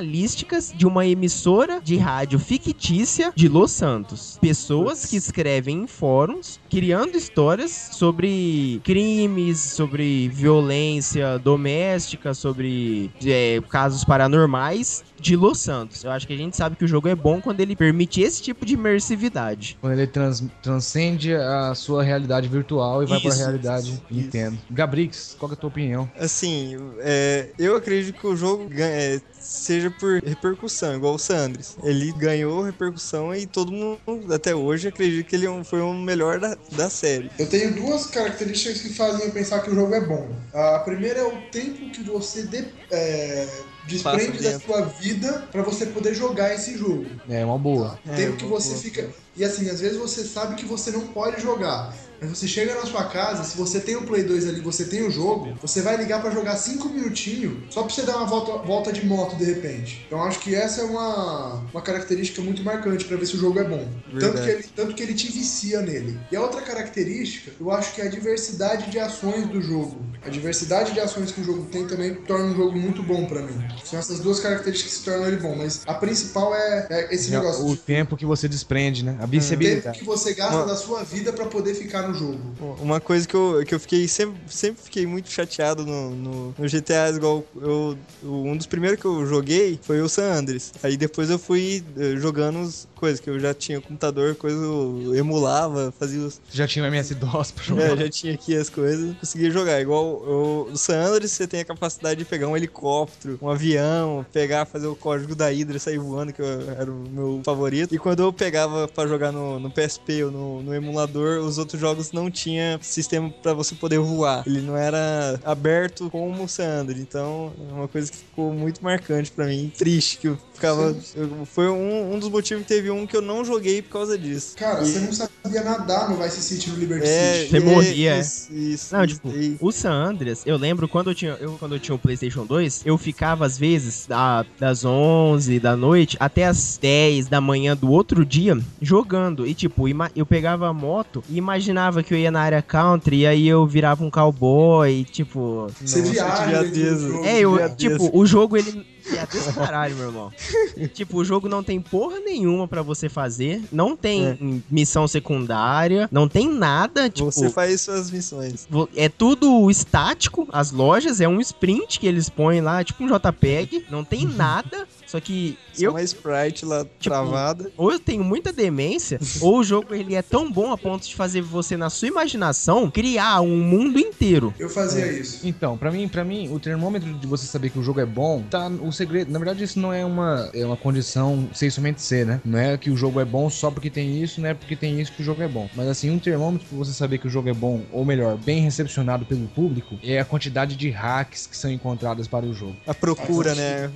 jornalísticas de uma emissora de rádio fictícia de Los Santos. Pessoas que escrevem em fóruns criando histórias sobre crimes, sobre violência doméstica, sobre é, casos paranormais de Los Santos. Eu acho que a gente sabe que o jogo é bom quando ele permite esse tipo de imersividade. Quando ele trans- transcende a sua realidade virtual e vai pra Isso, realidade isso. Nintendo. Gabrix, qual que é a tua opinião? Assim, é, eu acredito que o jogo ganha- é, seja por repercussão, igual o Sandres. Ele ganhou repercussão e todo mundo, até hoje, acredita que ele é um- foi o melhor da, da série. Eu tenho duas características que fazem eu pensar que o jogo é bom. A primeira é o tempo que você de- é, desprende Passa da dentro. sua vida pra você poder jogar esse jogo. É uma boa. O É, tempo que boa, você boa. fica. E assim, às vezes você sabe que você não pode jogar. Mas você chega na sua casa, se você tem o Play 2 ali, você tem o jogo, você vai ligar pra jogar 5 minutinhos só pra você dar uma volta, volta de moto de repente. Então acho que essa é uma, uma característica muito marcante pra ver se o jogo é bom. Tanto Verdade. que, ele, tanto que ele te vicia nele. E a outra característica, eu acho que é a diversidade de ações do jogo. A diversidade de ações que o jogo tem também torna o jogo muito bom pra mim. São essas duas características que tornam ele bom, mas a principal é, é esse É negócio. O tempo que você desprende, Hum. né? A O tempo visibilidade. que você gasta Uma- da sua vida pra poder ficar no jogo. Uma coisa que eu, que eu fiquei sempre, sempre fiquei muito chateado no, no, no GTA, igual eu, eu- um dos primeiros que eu joguei foi o San Andres. Aí depois eu fui eh, jogando as coisas que eu já tinha computador, coisa eu emulava, fazia os. Já tinha o MS-DOS pra jogar. É, já tinha aqui as coisas, conseguia jogar. Igual o o San Andreas, você tem a capacidade de pegar um helicóptero, um avião, pegar, fazer o código da Hydra e sair voando, que eu- era o meu favorito. E quando eu pegava pra jogar no, no PSP ou no, no emulador, os outros jogos não tinha sistema pra você poder voar. Ele não era aberto como o San Andreas. Então, é uma coisa que ficou muito marcante pra mim. Triste, que eu ficava... eu- foi um, um dos motivos que teve um que eu não joguei por causa disso. Cara, E- você não sabia nadar no Vice City no Liberty É, City. Você morria, é. Isso, isso, Não, isso, tipo, isso. o San Andreas, eu lembro quando eu tinha, eu, quando eu tinha o PlayStation 2, eu ficava às vezes da- das 11 da noite até as 10 da manhã do outro dia jogando. E tipo, ima- eu pegava a moto e imaginava que eu ia na área country e aí eu virava um cowboy, e, tipo. Você Nossa, que viaja. dentro do viadeza. jogo, né? É, eu, viadeza. tipo, o jogo ele. É desse caralho, meu irmão. tipo, o jogo não tem porra nenhuma pra você fazer, não tem É. missão secundária, não tem nada, tipo. Você faz suas missões. Vo- É tudo estático, as lojas, é um sprint que eles põem lá, é tipo um JPEG, não tem Uhum. nada, só que Eu... eu Uma Sprite lá travada. ou eu tenho muita demência, ou o jogo ele é tão bom a ponto de fazer você na sua imaginação criar um mundo inteiro. Eu fazia É. isso. Então, pra mim, para mim, o termômetro de você saber que o jogo é bom, tá o segredo, na verdade isso não é uma é uma condição sem somente ser, né? Não é que o jogo é bom só porque tem isso, não é porque tem isso que o jogo é bom. Mas assim, um termômetro pra você saber que o jogo é bom, ou melhor, bem recepcionado pelo público, é a quantidade de hacks que são encontradas para o jogo. A procura, né?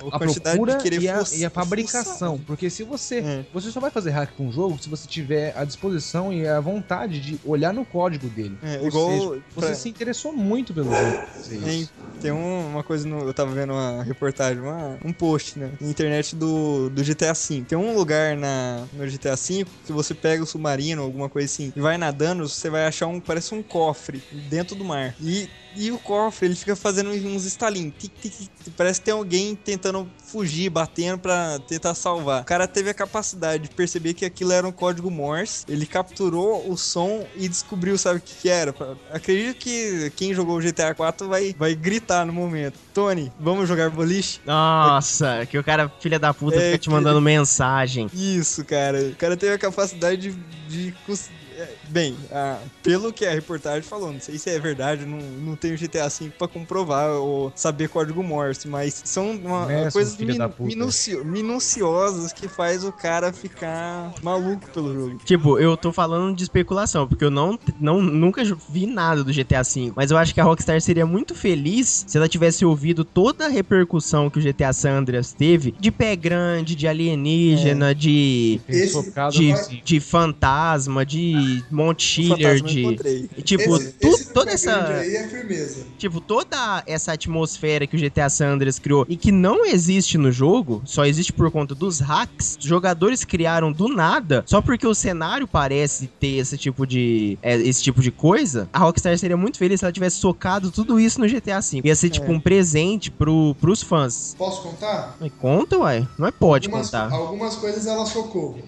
O, a procura e, a, forçar- e a fabricação, porque se você É. você só vai fazer hack com o jogo se você tiver a disposição e a vontade de olhar no código dele. É, Ou igual seja, você pra- se interessou muito pelo jogo. pra fazer isso. Tem, tem um- uma coisa, no, eu tava vendo uma reportagem, uma- um post, né? Na internet do, do GTA V. Tem um lugar na, no GTA V que você pega o submarino, alguma coisa assim, e vai nadando, você vai achar um, parece um cofre dentro do mar. E, e o cofre, ele fica fazendo uns estalinhos. Tic, tic, tic. parece que tem alguém tentando fugir, batendo pra tentar salvar. O cara teve a capacidade de perceber que aquilo era um código Morse. Ele capturou o som e descobriu, sabe o que, que era. Acredito que quem jogou o GTA 4 vai, vai gritar no momento. Tony, vamos jogar boliche? Nossa, que o cara, filha da puta, É, fica que- te mandando mensagem. Isso, cara. O cara teve a capacidade de. de cons- é, Bem, ah, pelo que a reportagem falou, não sei se é verdade, eu não, não tenho GTA V pra comprovar ou saber código Morse, mas são uma, Né, seu coisas filho min- da puta. minucio- minuciosas que faz o cara ficar maluco pelo jogo. Tipo, eu tô falando de especulação, porque eu não, não nunca ju- vi nada do GTA V. Mas eu acho que a Rockstar seria muito feliz se ela tivesse ouvido toda a repercussão que o GTA San Andreas teve de pé grande, de alienígena, de, Pensou Esse- tipo por causa de, disso. de fantasma, de Mount Chiller, Fantasma eu de. encontrei. Tipo, Esse- tu- esse toda pé essa. grande Aí é firmeza. Tipo, toda essa atmosfera que o GTA San Andreas criou e que não existe no jogo, só existe por conta dos hacks, os jogadores criaram do nada, só porque o cenário parece ter esse tipo de é, esse tipo de coisa, a Rockstar seria muito feliz se ela tivesse socado tudo isso no GTA V. Ia ser tipo um presente pro, pros fãs. Posso contar? Mas conta, uai. Não é pode algumas, contar. algumas coisas ela socou.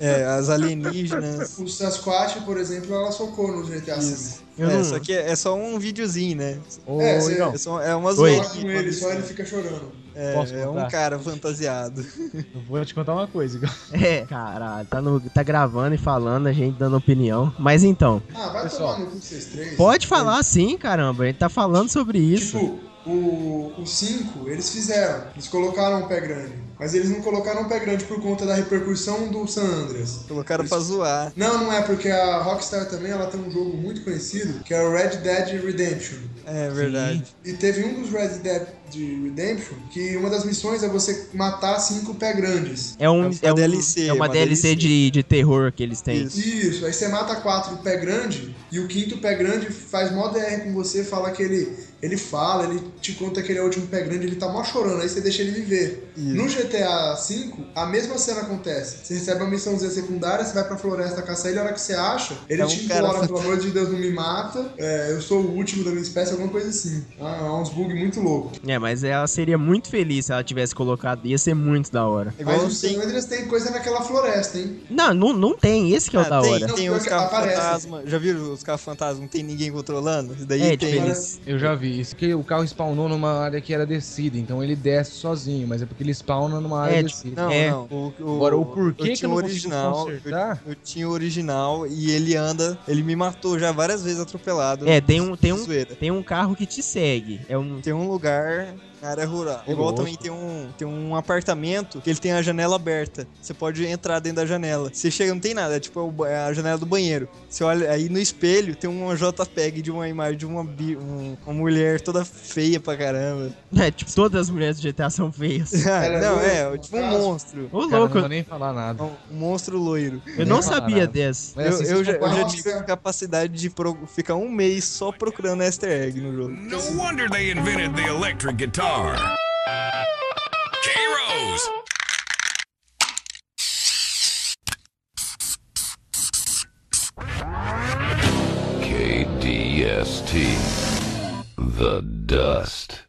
É, as alienígenas. O Sasquatch, por exemplo, ela socou no GTA V. Isso. Eu É, não- só que é, é só um videozinho, né? Ô, É, você- Igão, É, só, é uma Oi. Fala com ele, só ele fica chorando. É, Posso é um contar? cara fantasiado. eu vou te contar uma coisa, Igão. É, caralho, tá, no- tá gravando e falando, a gente dando opinião. Mas então, Ah, vai Pessoal, tomar no cu vocês três. pode falar sim, caramba. A gente tá falando sobre isso. Tipo, o 5, eles fizeram. Eles colocaram o pé grande. Mas eles não colocaram o pé grande por conta da repercussão do San Andreas. Colocaram pra zoar. Não, não é, porque a Rockstar também ela tem um jogo muito conhecido, que é o Red Dead Redemption. É verdade. E teve um dos Red Dead de Redemption que uma das missões é você matar cinco pé grandes. É, um, é, uma um- DLC, é uma, uma DLC, de, de terror que eles têm. Isso. Isso, aí você mata quatro pé grande E o quinto pé grande faz mó DR com você, fala que ele, ele fala, ele te conta que ele é o último pé grande, ele tá mó chorando, aí você deixa ele viver. No GTA V, a mesma cena acontece. Você recebe uma missãozinha secundária, você vai pra floresta caçar ele, a hora que você acha, ele É um te cara implora, pelo amor de Deus, não me mata, é, eu sou o último da minha espécie, alguma coisa assim. Ah, é uns bug muito louco. É, mas ela seria muito feliz se ela tivesse colocado. Ia ser muito da hora. Mas o Senhor Andreas tem coisa naquela floresta, hein? Não, não, não tem. Esse que é o da Ah, tem, hora. Tem Não, os porque carros aparece. fantasma. Já viram os carros fantasma? Não tem ninguém controlando? Isso daí É, tem. né? tipo, eles- Eu já vi isso, que o carro spawnou numa área que era descida, então ele desce sozinho, mas é porque ele spawna numa área É, tipo, descida. Não, É. não. O, o, Agora, o porquê que eu tinha não o consigo original. consertar? Eu, eu tinha o original e ele anda. Ele me matou já várias vezes atropelado. É, tem um, tem um, Zoeira. tem um carro que te segue. É um. Tem um lugar na área rural. Ô, Igual louco. também tem um, tem um apartamento que ele tem a janela aberta. Você pode entrar dentro da janela. Você chega, não tem nada. É tipo é o ba- é a janela do banheiro. Você olha aí no espelho, tem uma JPEG de uma imagem de uma, bi- um- uma mulher toda feia pra caramba. É, tipo, todas as mulheres do GTA são feias. Ela é não, loira, é, tipo um no caso? monstro. Ô, Cara, é louco, não vou nem falar nada. Um, um monstro loiro. eu não nem falar sabia nada. dessa. Mas eu, assim, eu vocês já, eu concordam? já Nossa. tive a capacidade de pro- ficar um mês só procurando easter egg no jogo. No wonder they invented the electric guitar. K-Rose! KDST. The Dust.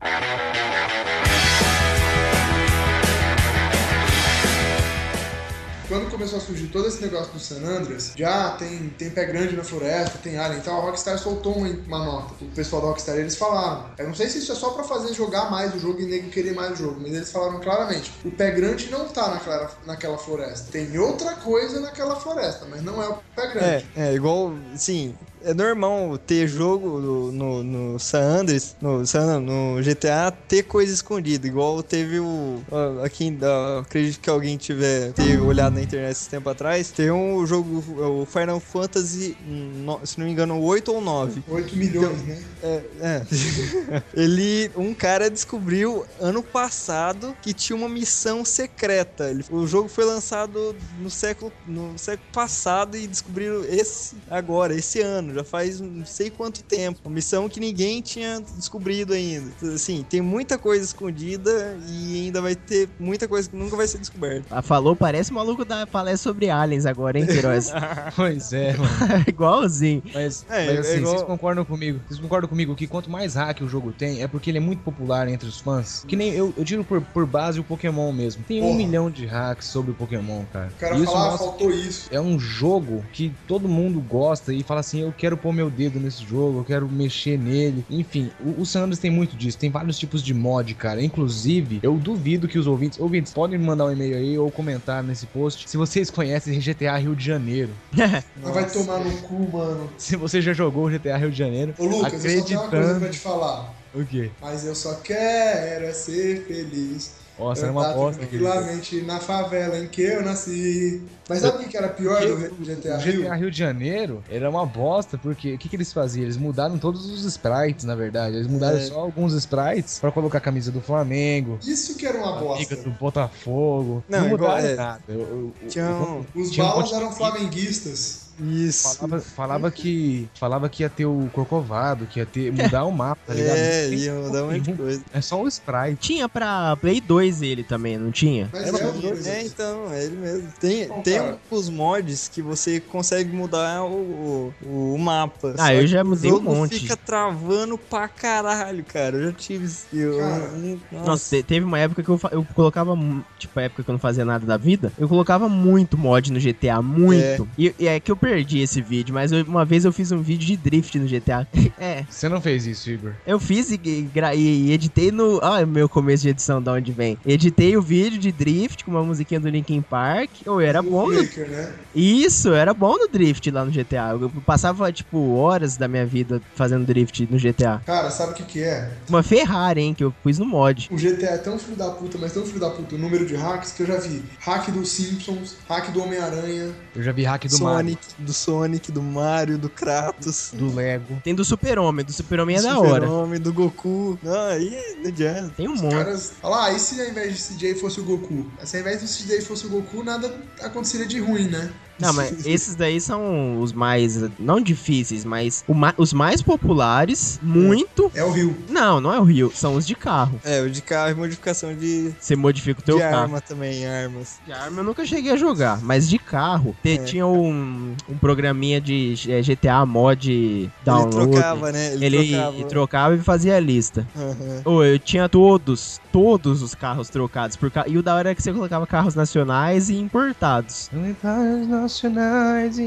Quando começou a surgir todo esse negócio do San Andreas, já tem, tem pé grande na floresta, tem alien e tal, a Rockstar soltou uma, uma nota. O pessoal da Rockstar, eles falaram. Eu não sei se isso é só pra fazer jogar mais o jogo e nego querer mais o jogo, mas eles falaram claramente. O pé grande não tá naquela, naquela floresta. Tem outra coisa naquela floresta, mas não é o pé É, grande. é igual, assim, é normal ter jogo no, no, no San Andreas, no, San- no GTA, ter coisa escondida. Igual teve o. ó, Aqui, em- ó, acredito que alguém tiver ter olhado na internet esse tempo atrás. Tem um jogo, o Final Fantasy, no- se não me engano, 8 ou 9. 8 milhões, né? É, é. Ele, um cara descobriu ano passado que tinha uma missão secreta. Ele- o jogo foi lançado no século, no século passado e descobriram esse agora, esse ano, já faz não sei quanto tempo. Uma missão que ninguém tinha descobrido ainda. Assim, tem muita coisa escondida e ainda vai ter muita coisa que nunca vai ser descoberta. Ah, Falou, parece o maluco da palestra sobre aliens agora, hein, Queiroz? Pois é, mano. Igualzinho. Mas, É, mas é assim, igual- vocês concordam comigo? Vocês concordam comigo que quanto mais hack o jogo tem, é porque ele é muito popular entre os fãs? Que nem eu, eu tiro por, por base o Pokémon mesmo. Tem um Porra. milhão de hacks sobre o Pokémon, cara. O cara E fala, ah, mostra- faltou isso. é um jogo que todo mundo gosta e fala assim: eu quero pôr meu dedo nesse jogo, eu quero mexer nele. Enfim, o, o San Andreas tem muito disso, tem vários tipos de mod, cara. Inclusive, eu duvido que os ouvintes, ouvintes, podem me mandar um e-mail aí ou comentar nesse post se vocês conhecem GTA Rio de Janeiro. Mas vai tomar é. no cu, mano. Se você já jogou GTA Rio de Janeiro, Ô, Lucas, eu só tenho uma coisa acreditando. pra te falar. O quê? Mas eu só quero é ser feliz. eu Nossa, era Tá uma tava aposta. querido. tranquilamente na favela em que eu nasci. Mas sabe o que era pior do GTA O Rio? GTA Rio de Janeiro era uma bosta, porque o que, que eles faziam? Eles mudaram todos os sprites, na verdade. Eles mudaram É. só alguns sprites pra colocar a camisa do Flamengo, Isso que era a uma amiga bosta. do Botafogo. Não, Não, igual- mudaram é. nada. Eu- eu- eu- Tinha um- Os tinha um balas monte de eram flamenguistas. Isso. Falava, falava que falava que ia ter o Corcovado, que ia ter mudar o mapa, tá ligado? é, Tem- ia mudar um monte de coisa. é só o sprite. Tinha pra Play 2 ele também, não tinha? Mas Era é, um doido. É, é, então, é ele mesmo. Tem, Bom, tem cara. os mods que você consegue mudar o, o, o mapa. Ah, Só eu que já o mudei um jogo monte. fica travando pra caralho, cara. Eu já tive. Eu, Cara. nossa. Nossa, te- teve uma época que eu, fa- eu colocava. mu- Tipo, a época que eu não fazia nada da vida. Eu colocava muito mod no GTA, muito. E, e é que eu perdi esse vídeo, mas eu- uma vez eu fiz um vídeo de drift no GTA. é, Você não fez isso, Igor. eu fiz e, e gra- e- e editei no. Ah, meu começo de edição, da onde vem. Editei o vídeo de drift com uma musiquinha do Linkin Park. Eu é era bom no Flickr, né? Isso, eu era bom no drift lá no GTA. Eu passava, tipo, horas da minha vida fazendo drift no GTA. Cara, sabe o que que é? Uma Ferrari, hein, que eu pus no mod. O GTA é tão filho da puta, mas tão filho da puta o número de hacks que eu já vi. Hack dos Simpsons, hack do Homem-Aranha. Eu já vi é hack do Mario, Sonic, do Sonic, do Mario, do Kratos. do Lego. Tem do Super-Homem, do Super-Homem é da hora. Super-Homem, do Goku. Não, aí não adianta. Tem um Os monte. caras. Olha lá, e se ao invés de CJ fosse o Goku? Se ao invés do CJ fosse o Goku, nada aconteceria de ruim, né? Não, mas esses daí são os mais, não difíceis, mas o ma- os mais populares, muito. É o Rio. Não, não é o Rio, são os de carro. É, o de carro e modificação de, Você modifica o teu de carro. arma também, armas. De arma eu nunca cheguei a jogar, mas de carro. te- É. Tinha um, um programinha de eh, GTA mod download. Ele trocava, né? Ele trocava. e fazia a lista. Aham. Ô, eu tinha todos, todos os carros trocados. Por ca- E o da hora é que você colocava carros nacionais e importados. Unidades nacionais e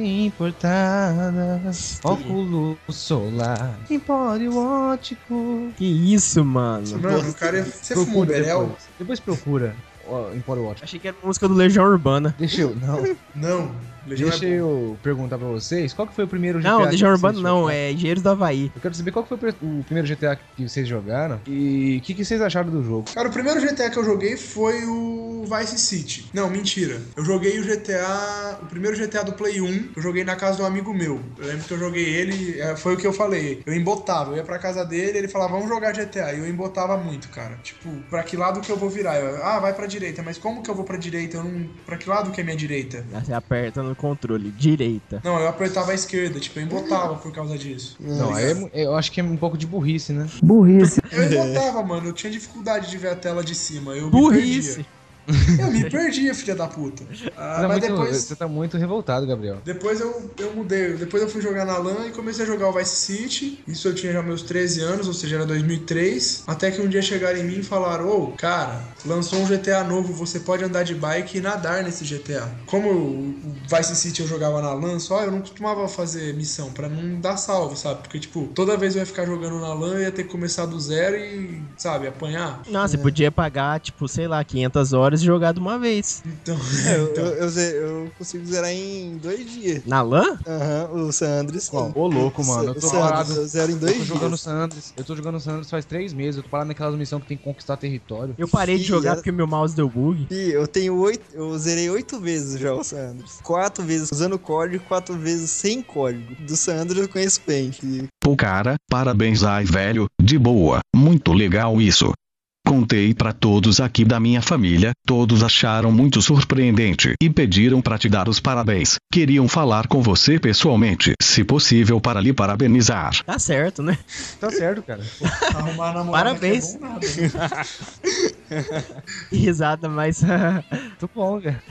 importadas, óculos solar, empório ótico. Que isso, mano. Mano, o cara. é- Você um fumou Berel? depois. Depois procura ó, empório ótico. Achei que era música do Legião Urbana. Deixa eu, não, Não. Legião é deixa eu perguntar pra vocês, qual que foi o primeiro GTA Não, que né? Legião vocês Urbana não, jogaram? é Engenheiros do Havaí. Eu quero saber qual que foi o primeiro GTA que vocês jogaram e o que, que vocês acharam do jogo. Cara, o primeiro GTA que eu joguei foi o Vice City. Não, mentira. Eu joguei o GTA. O primeiro GTA do Play 1, eu joguei na casa de um amigo meu. Eu lembro que eu joguei ele, é, foi o que eu falei. Eu embotava. Eu ia pra casa dele, ele falava, vamos jogar GTA. E eu embotava muito, cara. Tipo, pra que lado que eu vou virar? Eu, ah, vai pra direita. Mas como que eu vou pra direita? Eu não. Pra que lado que é minha direita? Você aperta no controle, direita. Não, eu apertava a esquerda, tipo, eu embotava por causa disso. Não, aí é mu- eu acho que é um pouco de burrice, né? Burrice. Eu embotava, mano, eu tinha dificuldade de ver a tela de cima. Eu Burrice. me perdia. Eu me perdia, filha da puta. Ah, Você tá, mas muito, depois. você tá muito revoltado, Gabriel. Depois eu, eu mudei, depois eu fui jogar na LAN e comecei a jogar o Vice City. Isso eu tinha já meus 13 anos, ou seja, era 2003. Até que um dia chegaram em mim e falaram: Ô, cara, lançou um GTA novo, você pode andar de bike e nadar nesse GTA. Como o o Vice City eu jogava na LAN só, eu não costumava fazer missão pra não dar salvo, sabe? Porque, tipo, toda vez eu ia ficar jogando na LAN, eu ia ter que começar do zero e, sabe, apanhar. Nossa, É. você podia pagar, tipo, sei lá, 500 horas e jogar de uma vez. Então, É, eu, então. eu, eu ze- eu consigo zerar em dois dias. Na LAN? Aham, o San Andres. Bom, ô louco, mano, eu tô O San Andreas parado. Eu zero em Eu dois tô dias. jogando San Andreas, eu tô jogando San Andreas faz três meses, eu tô parado naquelas missões que tem que conquistar território. Eu parei de Ih, jogar é. era- porque meu mouse deu bug. Ih, eu tenho oito. Eu zerei oito vezes já o San Andreas. Quatro vezes usando código, quatro vezes sem código. Do San Andreas eu conheço bem. que- Pô, cara, parabéns ai velho, de boa, muito legal isso. Contei pra todos aqui da minha família, todos acharam muito surpreendente e pediram pra te dar os parabéns. Queriam falar com você pessoalmente, se possível, para lhe parabenizar. Tá certo, né? Tá certo, cara. Arrumar namorada Parabéns. que é bom nada, né? Que Risada, mas. Muito bom, cara.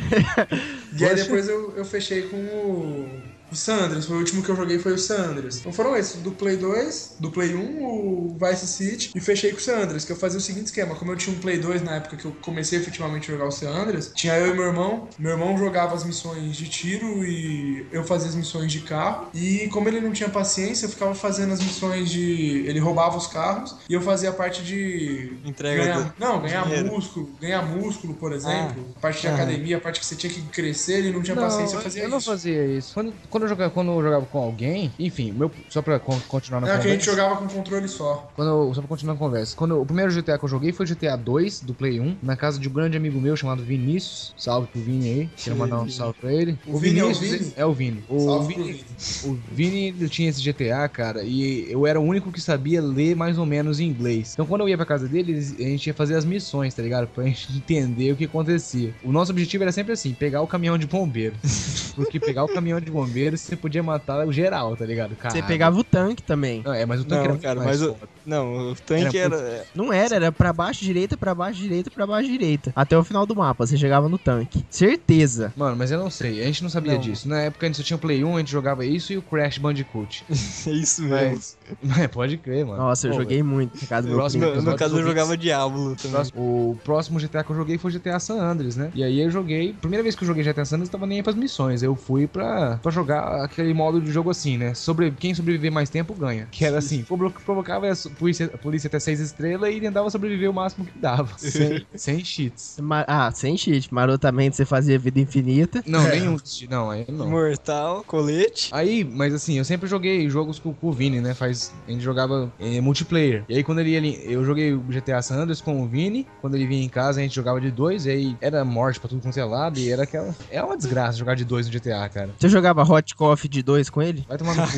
E aí depois eu, eu fechei com o, o Sanders. Foi o último que eu joguei foi o Sanders. Então foram esses, do Play 2, do Play 1, o Vice City e fechei com o Sanders, que eu fazia o seguinte esquema. Como eu tinha um Play 2 na época que eu comecei efetivamente a jogar o Sanders, tinha eu e meu irmão. Meu irmão jogava as missões de tiro e eu fazia as missões de carro. E como ele não tinha paciência, eu ficava fazendo as missões de... Ele roubava os carros e eu fazia a parte de Entrega Ganhar- não, ganhar dinheiro. músculo, ganhar músculo, por exemplo, a parte de ah. academia, a parte que você tinha que crescer, ele não tinha paciência, eu fazia eu isso. não fazia isso. Quando, quando, eu jogava, quando eu jogava com alguém, enfim, meu, só pra con- continuar na É que a gente conversa. jogava com controle só. Quando eu- só pra continuar a conversa. Quando eu- o primeiro GTA que eu joguei foi GTA 2 do Play 1, na casa de um grande amigo meu chamado Vinícius. Salve pro Vini aí. Quero mandar um salve pra ele. O Vini é o Vinícius, Vini? É o Vini. O Salve pro Vini, Vini. o Vini ele tinha esse GTA, cara, e eu era o único que sabia ler mais ou menos em inglês. Então quando eu ia pra casa dele, eles- a gente ia fazer as missões, tá ligado? Pra gente entender o que acontecia. O nosso objetivo era sempre assim, pegar o caminhão de bombeiro. Porque pegar o caminhão de bombeiro, você podia matar o geral, tá ligado? Você Caralho. pegava o tanque também. Não, é, mas o Não, tanque era cara, muito mais mas o- foda. Não, o tanque Era era. Não era, era pra baixo, direita, pra baixo, direita, pra baixo, direita. Até o final do mapa, você chegava no tanque. Certeza. Mano, mas eu não sei, a gente não sabia Não. disso. Na época a gente só tinha o Play 1, a gente jogava isso e o Crash Bandicoot. É isso mesmo. Mas pode crer, mano. Nossa, eu Pô, joguei muito. na casa do meu Próximo primo. No, no episódio caso, eu sobre jogava Diablo também. Próximo- o próximo GTA que eu joguei foi GTA San Andreas, né? E aí eu joguei. Primeira vez que eu joguei GTA San Andreas, eu tava nem aí pras missões. Eu fui pra, pra jogar aquele modo de jogo assim, né? Sobre, quem sobreviver mais tempo ganha. Que era assim: provo- provocava a su- polícia, a polícia até seis estrelas e tentava sobreviver o máximo que dava. Sem, sem cheats. Ma- Ah, sem cheat. Marotamente você fazia vida infinita. Não, nenhum. cheat, Não, aí não. Imortal, colete. Aí, mas assim, eu sempre joguei jogos com, com o Vini, né? Faz, a gente jogava eh, multiplayer. E aí, quando ele, ia ali- eu joguei o GTA San Andreas com o Vini. Quando ele vinha em casa, a gente jogava de dois. E aí, era morte pra tudo quanto é lado. E era aquela. É uma desgraça jogar de dois no GTA, cara. Você jogava Hot Coffee de 2 com ele? Vai tomar no cu.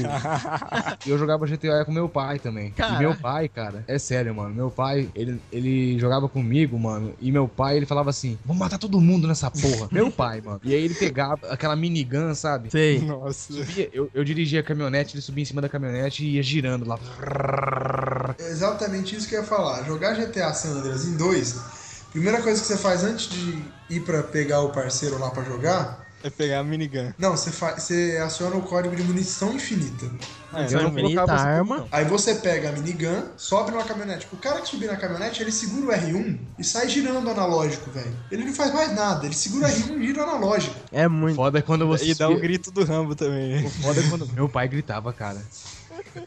e eu jogava GTA com meu pai também. E Caralho. meu pai, cara, é sério, mano. Meu pai, ele, ele jogava comigo, mano. E meu pai, ele falava assim: vamos matar todo mundo nessa porra. meu pai, mano. E aí ele pegava aquela minigun, sabe? Sei. Nossa. Subia- eu, eu dirigia a caminhonete, ele subia em cima da caminhonete e ia girando lá. É exatamente isso que eu ia falar. Jogar GTA San Andreas em 2, primeira coisa que você faz antes de ir pra pegar o parceiro lá pra jogar, É pegar a minigun. não, você, fa- você aciona o código de munição infinita. Ah, Munição é, não infinita, colocava essa arma. Aí você pega a minigun, sobe numa caminhonete. O cara que subir na caminhonete, ele segura o R1 e sai girando o analógico, velho. Ele não faz mais nada, ele segura o R1 e gira o analógico. É muito. Foda é quando você. E dá um o grito do Rambo também. né? Foda é quando meu pai gritava, cara.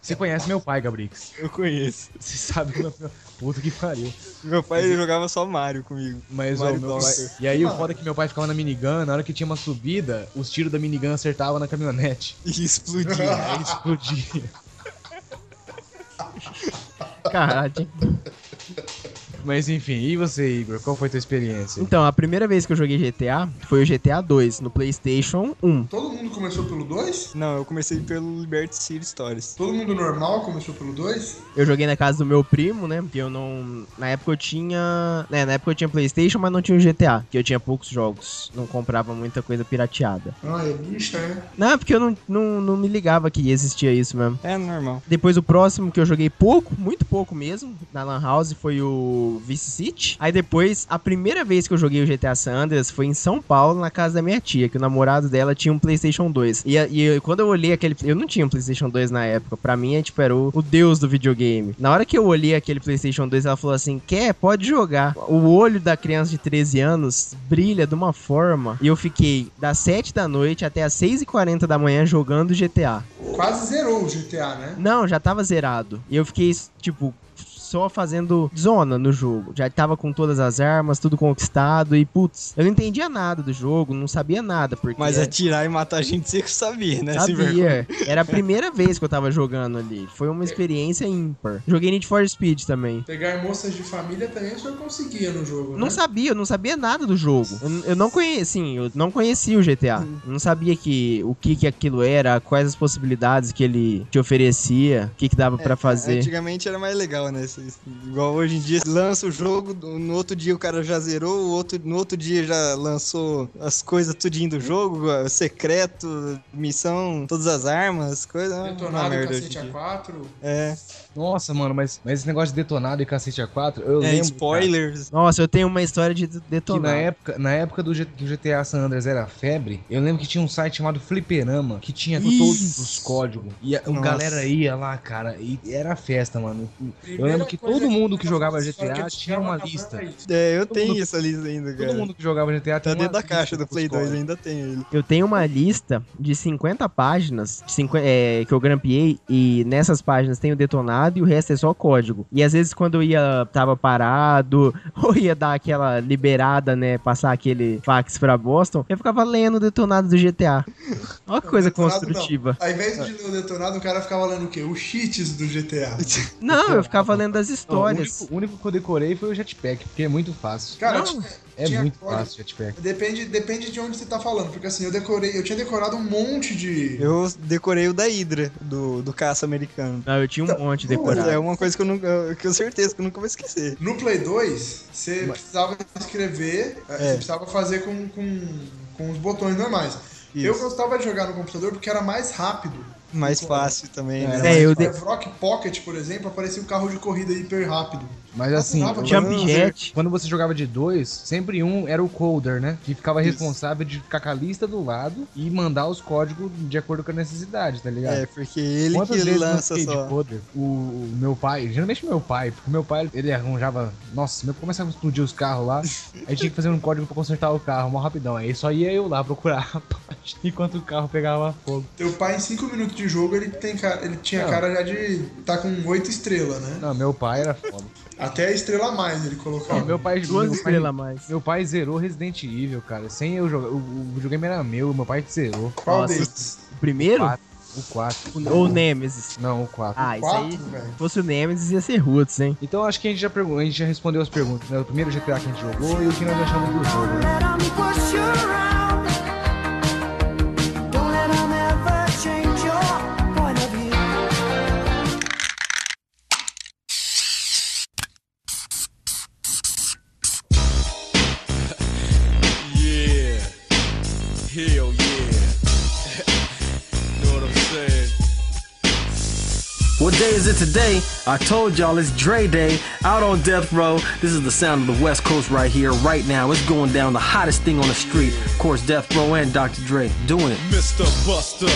Você conhece meu pai, Gabrix. Eu conheço. Você sabe como é. Puta que pariu. Meu pai ele jogava só Mario comigo. Mas Mario o meu pai... Golf. E aí o foda é que meu pai ficava na minigun, na hora que tinha uma subida, os tiros da minigun acertavam na caminhonete. E explodia. Aí explodia. Caralho. Mas enfim, e você, Igor? Qual foi a tua experiência? Então, a primeira vez que eu joguei GTA foi o GTA 2 no PlayStation 1. Todo mundo começou pelo 2? Não, eu comecei pelo Liberty City Stories. Todo mundo normal começou pelo 2? Eu joguei na casa do meu primo, né? Porque eu não. Na época eu tinha. Né, na época eu tinha PlayStation, mas não tinha o GTA. Porque eu tinha poucos jogos. Não comprava muita coisa pirateada. Ah, é bicha, é. Não, é porque eu não, não, não me ligava que existia isso mesmo. É normal. Depois o próximo que eu joguei pouco, muito pouco mesmo, na Lan House foi o Vice City. Aí depois, a primeira vez que eu joguei o GTA San Andreas foi em São Paulo, na casa da minha tia, que o namorado dela tinha um PlayStation 2. E, a- e eu- quando eu olhei aquele. Eu não tinha um PlayStation 2 na época. Pra mim, é, tipo, era o, o deus do videogame. Na hora que eu olhei aquele PlayStation 2, ela falou assim: quer? Pode jogar. O olho da criança de 13 anos brilha de uma forma. E eu fiquei das 7 da noite até as 6h40 da manhã jogando GTA. Quase zerou o GTA, né? Não, já tava zerado. E eu fiquei, tipo, só fazendo zona no jogo. Já tava com todas as armas, tudo conquistado. E, putz, eu não entendia nada do jogo, não sabia nada. Porque é, Mas É. atirar e matar a gente você sabia, né? Sem vergonha. Sabia. Era a primeira vez que eu tava jogando ali. Foi uma experiência ímpar. Joguei Need for Speed também. Pegar moças de família também o senhor conseguia no jogo, Não né? sabia, eu não sabia nada do jogo. Eu, eu não conhecia, sim, eu não conhecia o GTA. Não sabia que o que que aquilo era, quais as possibilidades que ele te oferecia, o que que É, dava pra fazer. Antigamente era mais legal, né? Cês- Igual hoje em dia, lança o jogo, no outro dia o cara já zerou, o outro, no outro dia já lançou as coisas tudinho do jogo, ó, secreto, missão, todas as armas, coisa. é uma Ah, Detonado merda hoje em cacete dia. A4. É, Nossa, mano, mas, mas esse negócio de detonado e cacete A4, eu é, lembro. cara, spoilers. Nossa, eu tenho uma história de é Que na detonar. época, na época do G- que o GTA San Andreas era febre, eu lembro que tinha um site chamado Fliperama, que tinha Isso. todos os códigos. E a, a Nossa. galera ia lá, cara, e era festa, mano. Eu lembro que Primeira todo coisa mundo que jogava eu fiz na GTA hora que eu tinha tava uma acabando lista. aí. É, eu Todo tenho mundo- essa lista ainda, cara. Todo mundo que jogava GTA Tá tem dentro uma da caixa lista com do os Play 2, códigos. ainda tem ele. Eu tenho uma lista de 50 páginas de 50 é, que eu grampeei e nessas páginas tem o detonado e o resto é só código. E às vezes quando eu ia tava parado ou ia dar aquela liberada, né, passar aquele fax pra Boston, eu ficava lendo o detonado do GTA. Olha que coisa Detonado não. construtiva. Ao invés de ler o detonado, o cara ficava lendo o quê? Os cheats do GTA. Não, eu ficava lendo das então. Não, o, histórias. único, o único que eu decorei foi o jetpack, porque é muito fácil. Cara, Não. tinha- é tinha muito código. fácil o jetpack. depende, depende de onde você tá falando, porque assim, eu decorei, eu tinha decorado um monte de. Eu decorei o da Hydra, do, do caça americano. Não, eu tinha Então, um monte decorado. É uma coisa que eu, nunca, eu- que eu certeza que eu nunca vou esquecer. No Play 2, você precisava escrever, eh, você precisava fazer com, com, com os botões normais. Eu Isso. gostava de jogar no computador porque era mais rápido. Mais fácil também, né? É, Mas, eu tipo, de- Rock Pocket, por exemplo, aparecia um carro de corrida hiper rápido. Mas assim, Nossa, eu- Jump Jet. quando você jogava de dois, sempre um era o coder, né? Que ficava responsável de ficar com a lista do lado e mandar os códigos de acordo com a necessidade, tá ligado? É, porque ele Quantas que vezes eu lança fiquei só. de coder? O, o meu pai, geralmente meu pai, porque meu pai, ele arranjava... Nossa, meu, começava a explodir os carros lá, aí tinha que fazer um código pra consertar o carro, mó rapidão. Aí só ia eu lá procurar a parte enquanto o carro pegava fogo. Teu pai, em 5 minutos de jogo, ele, tem cara, ele tinha Não. cara já de. tá com 8 estrelas, né? Não, meu pai era foda. Até a estrela a mais ele colocava. É, Não, meu pai... Duas meu pai- estrelas a mais. Meu pai zerou Resident Evil, cara. Sem eu jogar. O, o videogame era meu, meu pai que zerou. Qual Nossa. deles? O primeiro? Quatro. O 4. Ou o Nemesis? Não, o 4. Ah, isso aí. Quatro, velho. Se fosse o Nemesis, ia ser Roots, hein? Então acho que a gente já pergun- a gente já respondeu as perguntas, né? O primeiro GTA que a gente jogou e o que nós achamos do jogo, né? Don't let 'em ever is it today? I told y'all it's Dre Day out on death row. This is the sound of the West Coast right here, right now. It's going down the hottest thing on the street. Of course, Death Row and Dr. Dre doing it. Mr. Buster,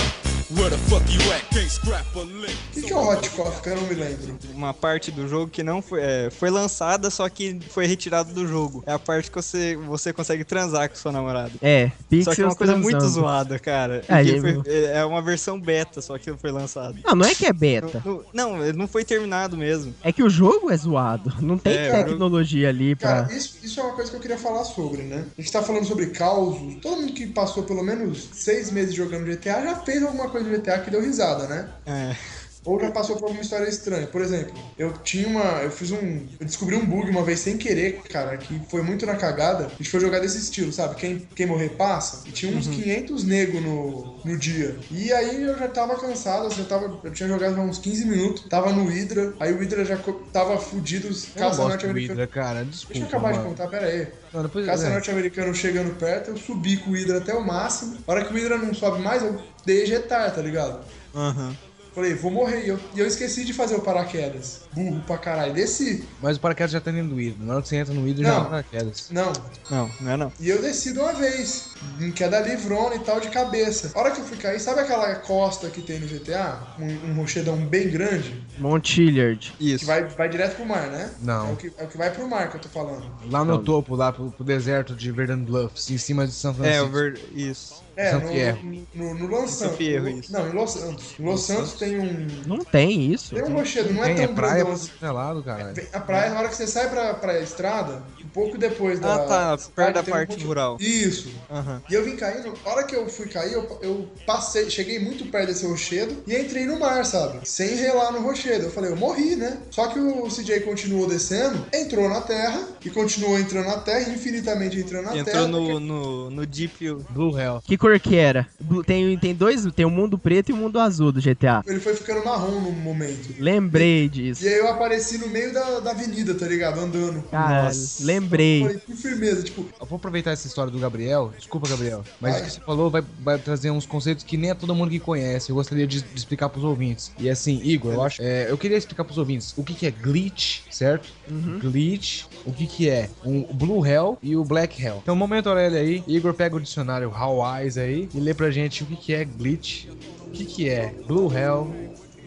where the fuck you at? Can't scrap a lick. O que, que é o Hot Coffee? Que eu não me lembro. Uma parte do jogo que não foi, é, foi lançada, só que foi retirada do jogo. É a parte que você, você consegue transar com sua namorada. É, Só que é uma Pixels coisa transando. muito zoada, cara. É, Porque eu- foi- é uma versão beta, só que foi lançada. Não, não é que é beta. Não, não, não, não foi terminado mesmo. É que o jogo é zoado. Não tem É, tecnologia ali pra. Cara, isso, isso é uma coisa que eu queria falar sobre, né? A gente tá falando sobre causos. Todo mundo que passou pelo menos seis meses jogando GTA já fez alguma coisa de GTA que deu risada, né? É. Ou já passou por alguma história estranha. Por exemplo, eu tinha uma. Eu fiz um. Eu descobri um bug uma vez sem querer, cara, que foi muito na cagada. A gente foi jogar desse estilo, sabe? Quem, quem morrer passa. E tinha uns Uhum. 500 nego no, no dia. E aí eu já tava cansado, eu já tava. Eu tinha jogado há uns 15 minutos, tava no Hydra. Aí o Hydra já co- tava fudido, Eu não caça gosto do norte-americana. Hydra, cara. Desculpa. Deixa eu acabar de mano. contar, pera aí. Não, depois- Caça Então é. norte-americano chegando perto, eu subi com o Hydra até o máximo. A hora que o Hydra não sobe mais, eu dei ejetar, tá ligado? Aham. Falei, vou morrer. E eu, e eu esqueci de fazer o paraquedas. Burro pra caralho. Desci. Mas o paraquedas já tá dentro do Hydra. Na hora que você entra no Hydra, Não. já é o paraquedas. Não. Não, não é não. E eu desci de uma vez. Em queda livrona e tal, de cabeça. A hora que eu fui cair, sabe aquela costa que tem no GTA? Um, um rochedão bem grande? Mount Hilliard. Que vai, vai direto pro mar, né? Não. É o, que, é o que vai pro mar que eu tô falando. Lá no topo, lá pro, pro deserto de Verdun Bluffs, em cima de São É, Francisco. o ver... isso. É, São no, Pierre. no, no Los São Santos. Pierre, No- Não, em Los Santos. Em Los Santos tem um. Não tem isso. Tem um rochedo, não é Tem, é tão praia grandão pra assim. todo lado, cara. A praia, na hora que você sai pra, pra estrada, um pouco depois da. Ah, tá, perto da tem um parte monte- rural. Isso. Aham. E eu vim caindo, a hora que eu fui cair, eu, eu passei, cheguei muito perto desse rochedo e entrei no mar, sabe? Sem relar no rochedo. Eu falei, eu morri, né? Só que o CJ continuou descendo, entrou na terra e continuou entrando na terra, infinitamente entrando na terra. Entrou no, no, no Deep. Blue Hell. Que cor que era? Blu- Tem, tem dois, tem o mundo preto e o mundo azul do GTA. Ele foi ficando marrom no momento. Lembrei disso. E aí eu apareci no meio da, da avenida, tá ligado? Andando. Caralho, lembrei. Eu falei, que firmeza, tipo, Eu vou aproveitar essa história do Gabriel. Desculpa, Gabriel. Mas Vai. o que você falou vai, vai trazer uns conceitos que nem é todo mundo que conhece. Eu gostaria de, de explicar pros ouvintes. E assim, Igor, eu acho. é, eu queria explicar pros ouvintes o que, que é glitch, certo? Glitch, o que, que é? Um Blue Hell e o Black Hell. Então, momento Aurélia aí. Igor pega o dicionário How Eyes aí e lê pra gente o que, que é glitch, o que, que é Blue Hell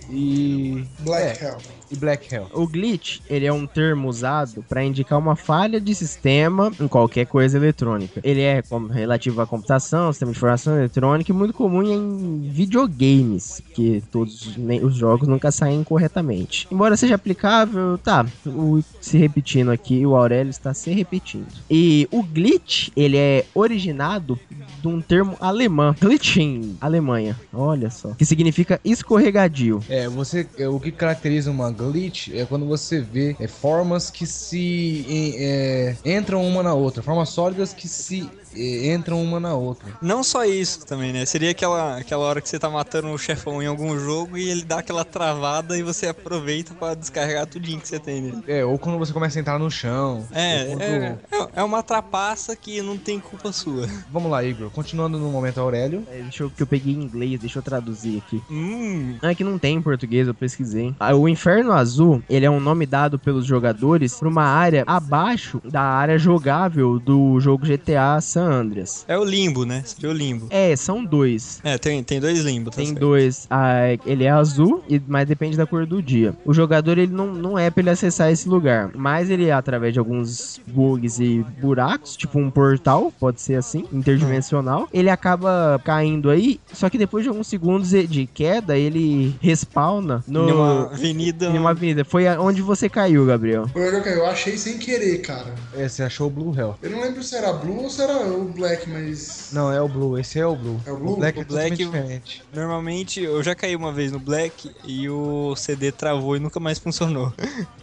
e. É. Black Hell. E Black Hell. O glitch, ele é um termo usado para indicar uma falha de sistema em qualquer coisa eletrônica. Ele é como relativo à computação, sistema de informação eletrônica e muito comum em videogames, porque todos os- nem- os jogos nunca saem corretamente. Embora seja aplicável, tá, o, se repetindo aqui, o Aurélio está se repetindo. E o glitch, ele é originado de um termo alemão, glitching, Alemanha, olha só, que significa escorregadio. É, você, é, o que caracteriza uma glitch é quando você vê é, formas que se em, é, entram uma na outra, formas sólidas que se é, entram uma na outra. Não só isso também, né? Seria aquela, aquela hora que você tá matando o chefão em algum jogo e ele dá aquela travada e você aproveita pra descarregar tudinho que você tem nele. É, ou quando você começa a entrar no chão. É, ou quando- é, é, é uma trapaça que não tem culpa sua. Vamos lá, Igor. Continuando no momento Aurélio. É, Deixa eu, que eu peguei em inglês, deixa eu traduzir aqui. Hum. É que não tem em português, eu pesquisei. Ah, O Inferno Azul, ele é um nome dado pelos jogadores pra uma área abaixo da área jogável do jogo GTA San Andreas. É o limbo, né? Seria o limbo. É, são dois. É, tem, tem dois limbos, tá Tem certo. dois. Ah, ele é azul, e- mas depende da cor do dia. O jogador ele não, não é pra ele acessar esse lugar. Mas ele, é através de alguns bugs e buracos, tipo um portal, pode ser assim, interdimensional, ele acaba caindo aí. Só que depois de alguns segundos de- de queda, ele respawna no. Em uma avenida. Em uma avenida. Foi a- onde você caiu, Gabriel. Foi onde eu caí. Eu achei sem querer, cara. É, você achou o Blue Hell. Eu não lembro se era Blue ou se era o Black, mas. Não, é o Blue. Esse é o Blue. É o Blue? Black é O Black- totalmente diferente. Normalmente eu já caí uma vez no Black e o CD travou e nunca mais funcionou.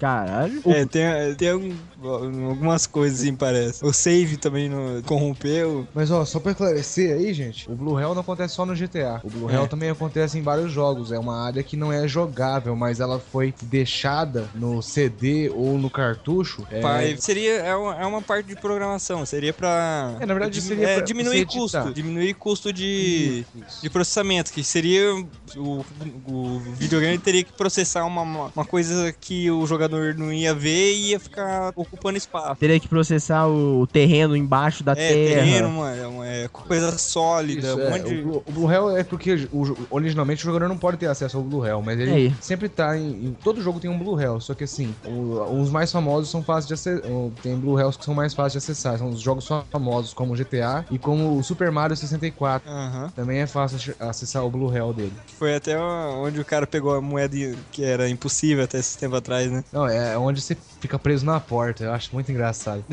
Caralho. É, tem, tem algum- algumas coisas assim, parece. O save também não- corrompeu. Mas ó, só pra esclarecer aí, gente, o Blue Hell não acontece só no GTA. O Blue É. Hell também acontece em vários jogos. É uma área que não é jogável, mas ela foi deixada no CD ou no cartucho. É, um, Pai, seria é uma, é uma parte de programação, seria pra É, na verdade, Dimi- seria é, pra diminuir você editar. custo, diminuir custo de, de processamento, que seria o, o videogame teria que processar uma, uma- uma coisa que o jogador não ia ver e ia ficar ocupando espaço. É. Teria que processar o, o terreno embaixo da É, terra. terreno, mano, uma, é coisa sólida, Isso, um é. monte de... o, Blu- o Blue Hell é porque o jo- originalmente o jogador não pode ter acesso ao Blue Hell, mas ele É. Aí. sempre tá em, em- Todo jogo tem um Blue Hell, só que assim, o- os mais famosos são fáceis de acessar. Tem Blue Hells que são mais fáceis de acessar. São os jogos famosos como GTA e como o Super Mario 64. Também é fácil ach- acessar o Blue Hell dele. Foi até onde o cara pegou a moeda e- que era impossível até esse tempo atrás, né? Não, é onde você fica preso na porta. Eu acho muito engraçado.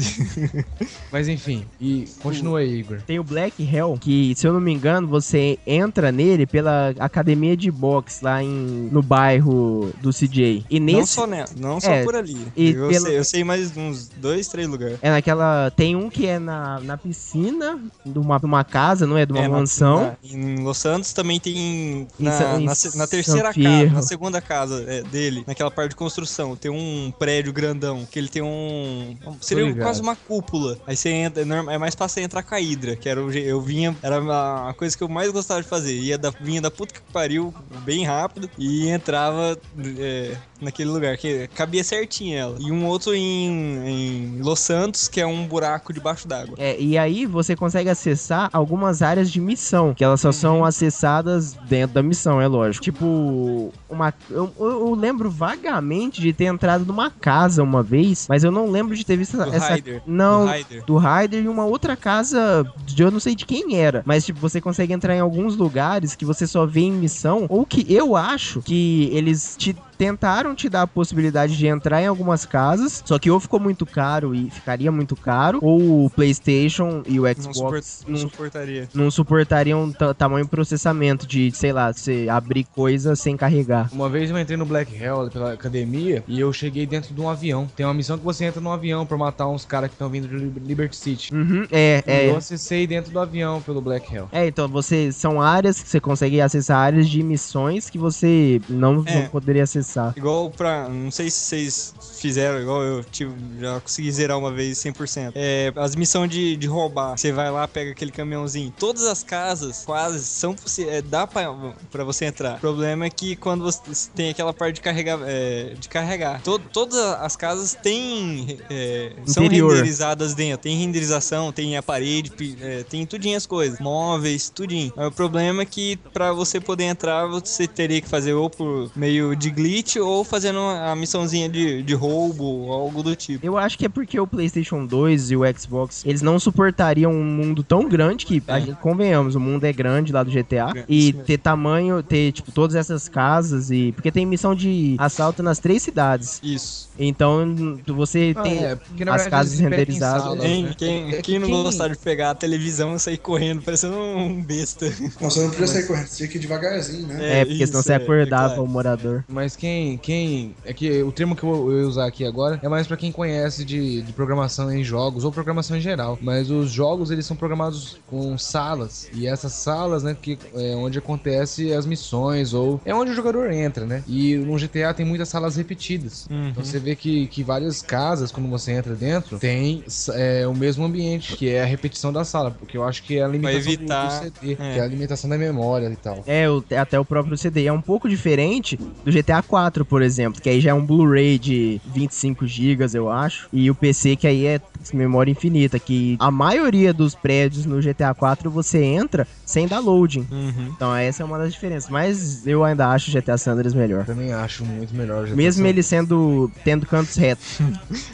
mas enfim, e continua aí, Igor. Tem o Black Hell, que, se eu não me engano, você entra nele pela academia de boxe lá em, no bairro do CJ. E nesse... Não só nela, não só É, por ali. e eu, pelo- sei, eu sei mais uns dois, três lugares. É naquela. Tem um que é na, na piscina de uma, de uma casa, não é? De uma É, na- mansão. na- em Los Santos também tem Em na, Sa- em na se- na terceira San casa, Fierro. na segunda casa é, dele, naquela parte de construção, tem um prédio grandão, que ele tem um... um- Seria ligado. quase uma cúpula. Aí você entra, é norma- é mais fácil você entrar com a Hidra, que era o, je- eu vinha, era a a coisa que eu mais gostava de fazer. Ia da, vinha da puta que pariu, bem rápido, e entrava é, naquele lugar, que cabia certinho ela. E um outro em, em Los Santos, que é um buraco debaixo d'água. É, e aí você consegue acessar algumas áreas de missão, que elas Uhum. só são acessadas dentro da missão, é lógico. Tipo, uma, eu, eu- eu lembro vagamente de ter entrado numa casa uma vez, mas eu não lembro de ter visto Do essa. Raider. Não, Do Raider. do Raider e uma outra casa de eu não sei de quem era. Mas, tipo, você consegue entrar em alguns lugares que você só vê em missão, ou que eu acho que eles te tentaram te dar a possibilidade de entrar em algumas casas, só que ou ficou muito caro e ficaria muito caro, ou o PlayStation e o Não, Xbox supor- não suportaria. não suportariam ta- tamanho processamento de, sei lá, você abrir coisa sem carregar. Uma vez eu entrei no Black Hell pela academia e eu cheguei dentro de um avião. Tem uma missão que você entra num avião pra matar uns caras que estão vindo de Liber- Liberty City. Uhum, é, E é. eu acessei dentro do avião pelo Black Hell. É, então você são áreas que você consegue acessar áreas de missões que você não, É. não poderia acessar. Igual pra. Não sei se vocês fizeram, igual eu tipo, já consegui zerar uma vez 100%. É, as missões de, de roubar. Você vai lá, pega aquele caminhãozinho. Todas as casas, quase, são possi- é, Dá pra, pra você entrar. O problema é que quando você tem aquela parte de carregar. é, de carregar. To- todas as casas têm. é, são Interior. renderizadas dentro. Tem renderização, tem a parede, pi- é, tem tudinho as coisas. Móveis, tudinho. Mas o problema é que pra você poder entrar, você teria que fazer ou por meio de glitch ou fazendo a missãozinha de, de roubo ou algo do tipo. Eu acho que é porque o PlayStation 2 e o Xbox, eles não suportariam um mundo tão grande que, a gente, convenhamos, o mundo é grande lá do GTA. Grande, e isso mesmo. ter tamanho, ter, tipo, todas essas casas e... Porque tem missão de assalto nas três cidades. Isso. Então, você Ah, tem é, porque, na as verdade, casas eles pedem renderizadas. salas, Quem, né? quem, É que quem não quem- gostar de pegar a televisão e sair correndo, parecendo um besta. Não, você não precisa sair correndo, você tinha que ir devagarzinho, né? É, porque senão você é, acordava o morador. Mas quem. quem é que o termo que eu eu ia usar aqui agora é mais pra quem conhece de, de programação em jogos ou programação em geral. Mas os jogos eles são programados com salas. E essas salas, né, que é onde acontece as missões ou é onde o jogador entra, né? E no GTA tem muitas salas repetidas. Uhum. Então você vê que, que várias casas, quando você entra dentro, tem é, o mesmo ambiente, que é a repetição da sala. Porque eu acho que é a limitação do- evitar- do CD, que é a limitação da memória e tal. É, o- até o próprio CD. É um pouco diferente do GTA 4, por exemplo, que aí já é um Blu-ray de 25 GB, eu acho. E o PC, que aí é memória infinita, que a maioria dos prédios no GTA 4 você entra sem dar loading. Uhum. Então essa é uma das diferenças. Mas eu ainda acho o GTA San Andreas melhor. Também acho muito melhor. já Mesmo tá ele sendo tendo cantos retos.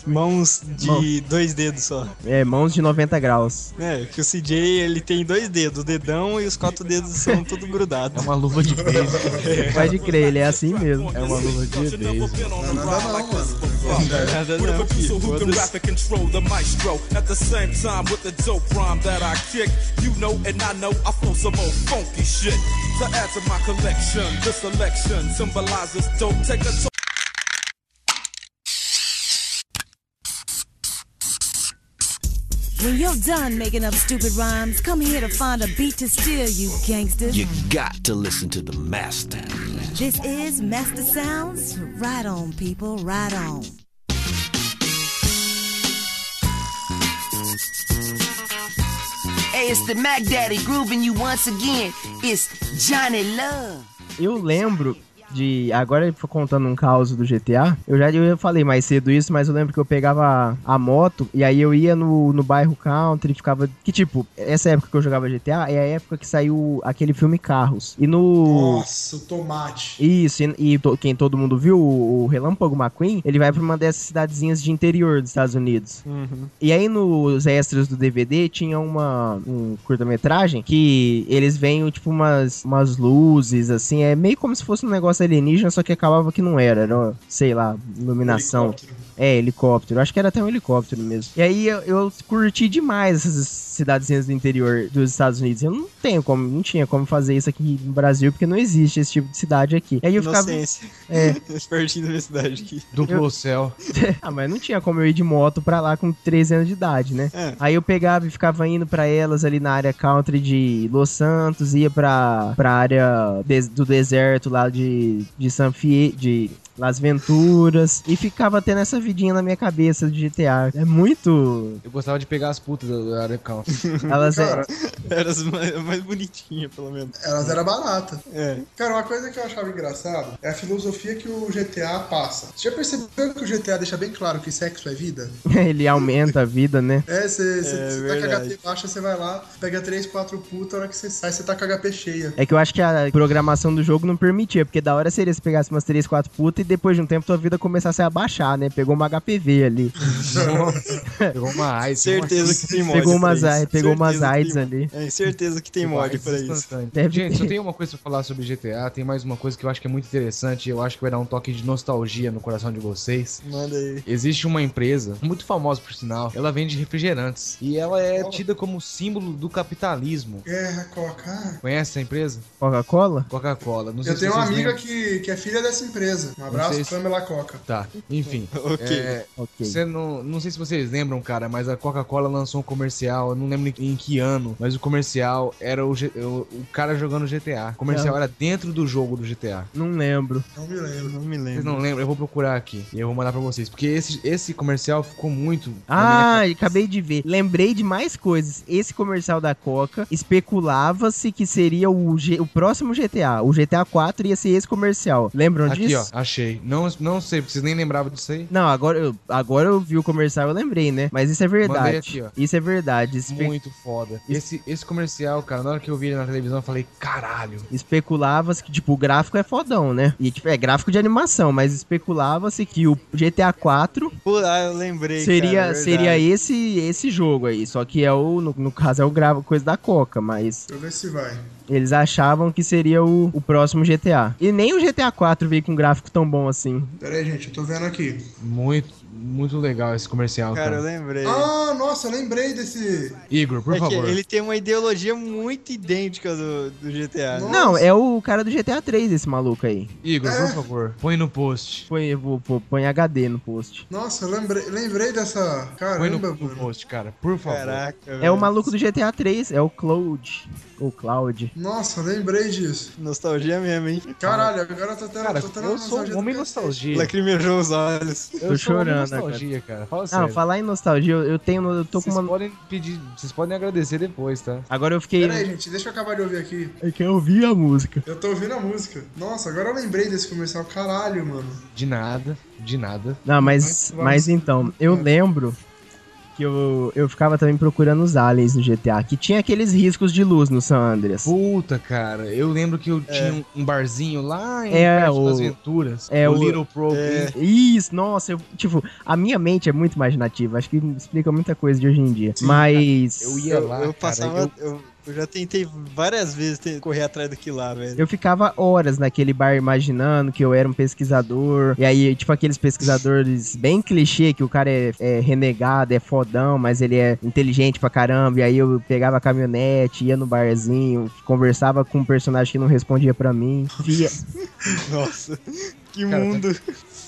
Mãos de dois dedos só. É, mãos de 90 graus. É, que o CJ ele tem dois dedos, o dedão e os quatro dedos são tudo grudados. É uma luva de beijo. Pode crer, ele é assim mesmo. É uma luva de beijo. With a producer who can rap and control the maestro at the same time with the dope rhyme that I kick. You know and I know I flow some old funky shit. To add to my collection, this selection symbolizes dope. Take a to- When you're done making up stupid rhymes, come here to find a beat to steal, you gangsters. You got to listen to the master. This is Master Sounds. Right on, people, right on. it's the Mac Daddy grooving you once again. It's Johnny Love. Eu lembro de. Agora contando um caos do GTA. Eu já eu falei mais cedo isso, mas eu lembro que eu pegava a moto e aí eu ia no, no bairro country, ficava. Que tipo, essa época que eu jogava GTA é a época que saiu aquele filme Carros. E no. Nossa, o tomate. Isso, e, e to- quem todo mundo viu, o, o Relâmpago McQueen, ele vai pra uma dessas cidadezinhas de interior dos Estados Unidos. E aí nos extras do DVD tinha uma um curta-metragem que eles veem tipo umas, umas luzes assim, é meio como se fosse um negócio alienígena, só que acabava que não era, era, sei lá, iluminação. É, helicóptero. Acho que era até um helicóptero mesmo. E aí eu, eu curti demais essas cidadezinhas do interior dos Estados Unidos. Eu não tenho como, não tinha como fazer isso aqui no Brasil, porque não existe esse tipo de cidade aqui. E aí eu ficava. Inocência. É. Pertinho da minha cidade aqui. Duplo Eu- céu. ah, mas não tinha como eu ir de moto pra lá com 13 anos de idade, né? É. Aí eu pegava e ficava indo pra elas ali na área country de Los Santos, ia pra, pra área des- do deserto lá de, de San Fie, de Las Venturas, e ficava tendo essa vidinha na minha cabeça de GTA. É muito... Eu gostava de pegar as putas do da área country. Uhum. Elas é, Cara, Era as mais, mais bonitinha, pelo menos. Elas eram baratas. É. Cara, uma coisa que eu achava engraçado é a filosofia que o GTA passa. Você já percebeu que o GTA deixa bem claro que sexo é vida? Ele aumenta a vida, né? É, você você- É você tá com verdade. HP baixa, você vai lá, pega 3, 4 putas, a hora que você sai, você tá com HP cheia. É que eu acho que a programação do jogo não permitia, porque da hora seria se pegasse umas 3, 4 putas e depois de um tempo tua vida começasse a baixar, né? Pegou uma HPV ali. Pegou uma AIDS. É, Certeza que tem mod. Pegou umas pra isso. ai- pegou umas Certeza que AIDS tem- ali. Tipo, É, certeza que tem mod pra isso. Deve Gente, ter. só tem uma coisa pra falar sobre GTA, tem mais uma coisa que eu acho que é muito interessante e eu acho que vai dar um toque de nostalgia no coração de vocês. Manda aí. Existe uma empresa, muito famosa por sinal, ela vende refrigerantes e ela é tida como símbolo do capitalismo. Guerra, Coca. Ah, Conhece essa empresa? Coca-Cola? Coca-Cola. Não sei Eu se tenho uma vocês amiga lembram. que, que é filha dessa empresa. Um sei abraço, se- Pamela Coca. Tá, enfim. Ok. É, Ok. Você não, não sei se vocês lembram, cara, mas a Coca-Cola lançou um comercial, eu não lembro em que ano, mas o comercial era o, G- o, o cara jogando GTA. O comercial É. era dentro do jogo do GTA. Não lembro. Não me lembro. Não me Vocês lembro. não lembram? Eu vou procurar aqui e eu vou mandar pra vocês, porque esse, esse comercial ficou muito. na Ah, acabei de ver. Lembrei de mais coisas. Esse comercial da Coca especulava-se que seria o, G- o próximo GTA. O GTA 4 ia ser esse comercial. Lembram minha- Aqui, disso? ó, achei. Não, não sei, porque vocês nem lembravam disso aí. Não, agora eu, agora eu vi o comercial eu lembrei, né? Mas isso é verdade. Mandei aqui, ó. Isso é verdade. Espe- Muito foda. Esse, esse comercial, cara, na hora que eu vi ele na televisão, eu falei, caralho. Especulava-se que, tipo, o gráfico é fodão, né? E, tipo, é gráfico de animação, mas especulava-se que o GTA 4 Pô, ah, eu lembrei. seria, cara, é seria verdade. esse esse jogo aí. Só que é o, no, no caso, é o grava coisa da Coca, mas Deixa eu ver se vai. eles achavam que seria o, o próximo GTA. E nem o GTA 4 veio com um gráfico tão bom assim. Pera aí, gente, eu tô vendo aqui. Muito, muito legal esse comercial, Cara, então. cara. eu lembrei. Ah, nossa, eu lembrei desse. Igor, por É que favor. ele tem uma ideologia muito idêntica do, do GTA. né? Não, é o cara do GTA 3 esse maluco aí. Igor, Ah. por favor, põe no post. Põe, eu vou- vou- põe HD no post. Nossa, eu lembrei, lembrei dessa. Põe no, Caramba, no mano. post, cara, por favor. Caraca, É o maluco do GTA 3, é o Cloud. O Cloud. Nossa, eu lembrei disso. Nostalgia mesmo, hein? Caralho, agora eu tô tendo. Cara, tô tendo eu sou um homem nostalgia. Lacrimejou os olhos. Eu sou Tô um homem chorando, cara. nostalgia, cara. Fala Ah, sério. falar em nostalgia, eu, eu tenho. Eu tô com Vocês uma. podem pedir, vocês podem agradecer depois, tá? Agora eu fiquei. Pera aí, gente, deixa eu acabar de ouvir aqui. É que eu ouvi a música. Eu tô ouvindo a música. Nossa, agora eu lembrei desse comercial. Caralho, mano. De nada, de nada. Não, mas, Vamos- mas então, eu lembro que eu, eu ficava também procurando os aliens no GTA, que tinha aqueles riscos de luz no San Andreas. Puta, cara, eu lembro que É. eu tinha um- um barzinho lá em É, perto das o- Venturas. é, o o- Little Pro Beer. Isso, nossa, eu- tipo, a minha mente é muito imaginativa, acho que explica muita coisa de hoje em dia. mas Eu ia Eu, lá, cara, eu passava. eu- Eu, eu já tentei várias vezes te- correr atrás daquilo lá, velho. Eu ficava horas naquele bar imaginando que eu era um pesquisador. E aí, tipo, aqueles pesquisadores bem clichê, que o cara é, é renegado, é fodão, mas ele é inteligente pra caramba. E aí eu pegava a caminhonete, ia no barzinho, conversava com um personagem que não respondia pra mim. Via, Nossa. Que mundo.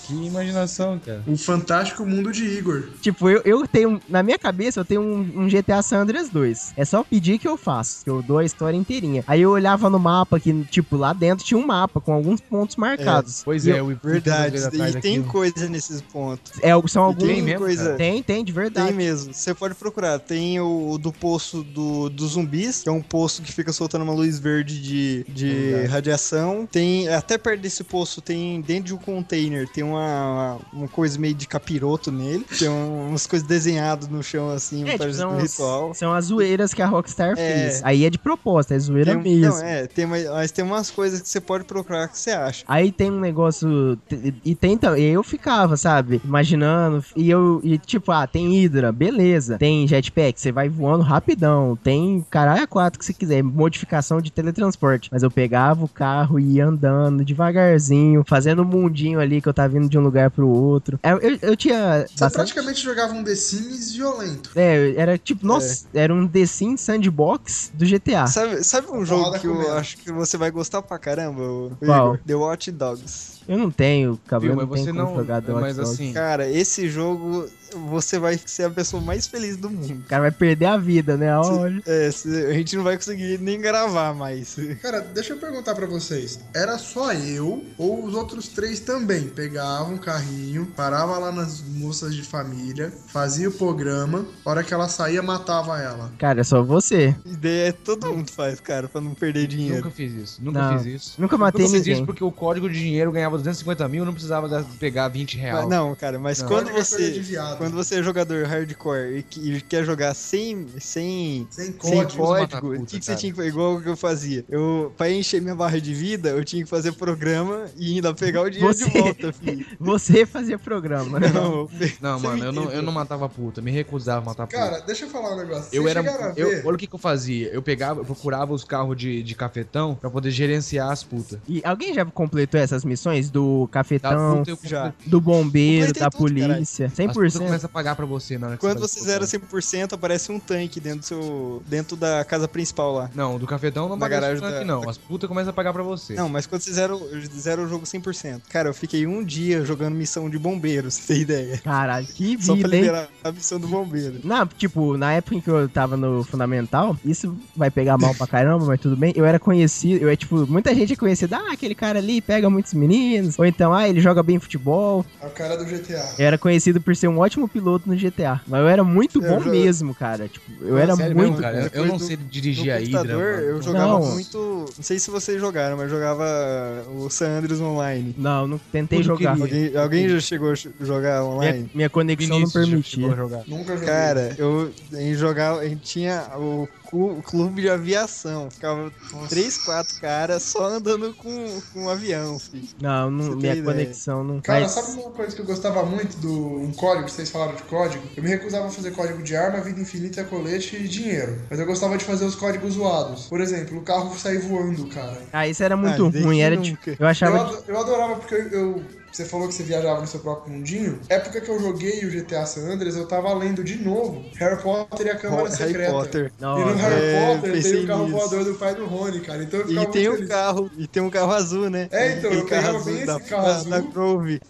Que imaginação, cara. O fantástico mundo de Igor. Tipo, eu, eu tenho. Na minha cabeça, eu tenho um, um GTA San Andreas 2. É só pedir que eu faço. Que eu dou a história inteirinha. Aí eu olhava no mapa que, tipo, lá dentro tinha um mapa com alguns pontos marcados. Pois E é, eu- o Verdade. Verdade, E tem coisa nesses pontos. É, são alguns. Tem mesmo, coisa. cara? Tem, tem, de verdade. Tem mesmo. Você pode procurar. Tem o, o do poço do, dos zumbis, que é um poço que fica soltando uma luz verde de, de Verdade. radiação. Tem até perto desse poço tem dentro de um container tem uma, uma coisa meio de capiroto nele. Tem um- umas coisas desenhadas no chão assim, É, tipo, parece um são, ritual. são as zoeiras que a Rockstar É. fez. Aí é de proposta, é zoeira Tem- mesmo. não, é, tem, uma- mas tem umas coisas que você pode procurar que você acha. Aí tem um negócio. t- E tem tam- e eu ficava, sabe? Imaginando. E eu. E tipo, ah, tem Hydra, beleza. Tem jetpack, você vai voando rapidão. Tem caralho a quatro que você quiser. Modificação de teletransporte. Mas eu pegava o carro e ia andando devagarzinho, fazendo um mundinho ali que eu tava indo de um lugar pro outro. Eu, eu, eu tinha. Você bastante- praticamente jogava um The Sims violento. É, era tipo, nossa, era um The Sims Sandbox do GTA. Sabe, sabe um jogo porrada que eu comendo. acho que você vai gostar pra caramba? o- o Qual? Igor? The Watch Dogs. Eu não tenho, cabelo, Viu, não mas tenho você como não- jogar The Watch mas Dogs. assim- Sim. Cara, esse jogo você vai ser a pessoa mais feliz do mundo. O cara vai perder a vida, né? Olha. É, cê- a gente não vai conseguir nem gravar mais. Cara, deixa eu perguntar pra vocês. Era só eu ou os outros três também pegavam um carrinho, parava lá nas moças de família, fazia o programa, a hora que ela saía, matava ela. Cara, é só você. A Ideia é todo mundo faz, cara, pra não perder dinheiro. Nunca fiz isso, nunca Não. fiz isso. Nunca matei nunca fiz ninguém. isso porque o código de dinheiro ganhava 250 mil, não precisava dar- pegar 20 reais. Mas não, cara, mas Não. quando Olha que coisa de você viado. quando você é jogador hardcore e, que- e quer jogar sem sem Sem sem código. código, puta, o que, que você cara. tinha que fazer? Igual o que eu fazia. Eu, pra encher minha barra de vida, eu tinha que fazer programa e ainda pegar o dinheiro Você- de volta, filho. Você fazia programa. Não, Não, você mano, me eu não, eu entendeu. não matava puta, me recusava a matar puta. Cara, deixa eu falar um negócio. eu Vocês era. chegaram a eu- ver? olha o que, que eu fazia. Eu pegava, eu procurava os carros de, de cafetão pra poder gerenciar as putas. E alguém já completou essas missões do cafetão, Tá, puta eu já. do bombeiro, Completei da tudo, polícia? As putas 100%. começa a pagar pra você na hora que Quando faz você o zera programa. 100%, aparece um tanque dentro do seu dentro da casa principal lá. Não, do cafetão não Na paga garagem tá- isso aqui, da- não. As putas começam a pagar pra você. Não, mas quando você zera, o- zera o jogo 100%. Cara, eu fiquei um dia jogando missão de bombeiro, pra você ter ideia. Caralho, que Só pra vida, hein? liberar a missão do bombeiro. Não, tipo, na época em que eu tava no Fundamental, isso vai pegar mal pra caramba, mas tudo bem. Eu era conhecido, eu é tipo, muita gente é conhecida, ah, aquele cara ali pega muitos meninos, ou então, ah, ele joga bem futebol. É o cara do GTA. Eu era conhecido por ser um ótimo piloto no GTA. Mas eu era muito Eu bom já- mesmo, cara. Tipo, eu Não, era sério muito. mesmo, cara. Eu- Eu Depois não do- sei No dirigir a Hydra. computador, mano. eu jogava Não. muito. Não sei se vocês jogaram, mas eu jogava o San Andreas Online. Não, não tentei Tudo jogar. queria. Alguém, alguém já chegou a ch- jogar Minha, online? minha conexão um não Vinícius já chegou a permitia. jogar. Nunca joguei. Cara, eu em jogar, a gente tinha o cu- o clube de aviação. Ficava Nossa. três, quatro caras só andando com, com um avião, filho. Não, não- Você tem minha ideia. conexão não Cara, faz. sabe uma coisa que eu gostava muito do um código, vocês falaram de código? Eu me recusava a fazer código de arma, vida infinita, colete e dinheiro. Mas eu gostava de fazer os códigos zoados. Por exemplo, o carro sai voando, cara. Ah, isso era muito Ah, desde ruim. Era nunca. tipo, eu achava. Eu, ado- eu adorava porque eu, eu- Você falou que você viajava no seu próprio mundinho. Época que eu joguei o GTA San Andreas, eu tava lendo de novo Harry Potter e a Câmara Harry Secreta. Potter. E Não, no Harry é, Potter pensei tem o carro nisso. voador do pai do Rony, cara. Então eu ficava E tem muito um feliz. carro, e tem um carro azul, né? É, então, Aquele eu pegava bem esse carro da, azul. da Grove,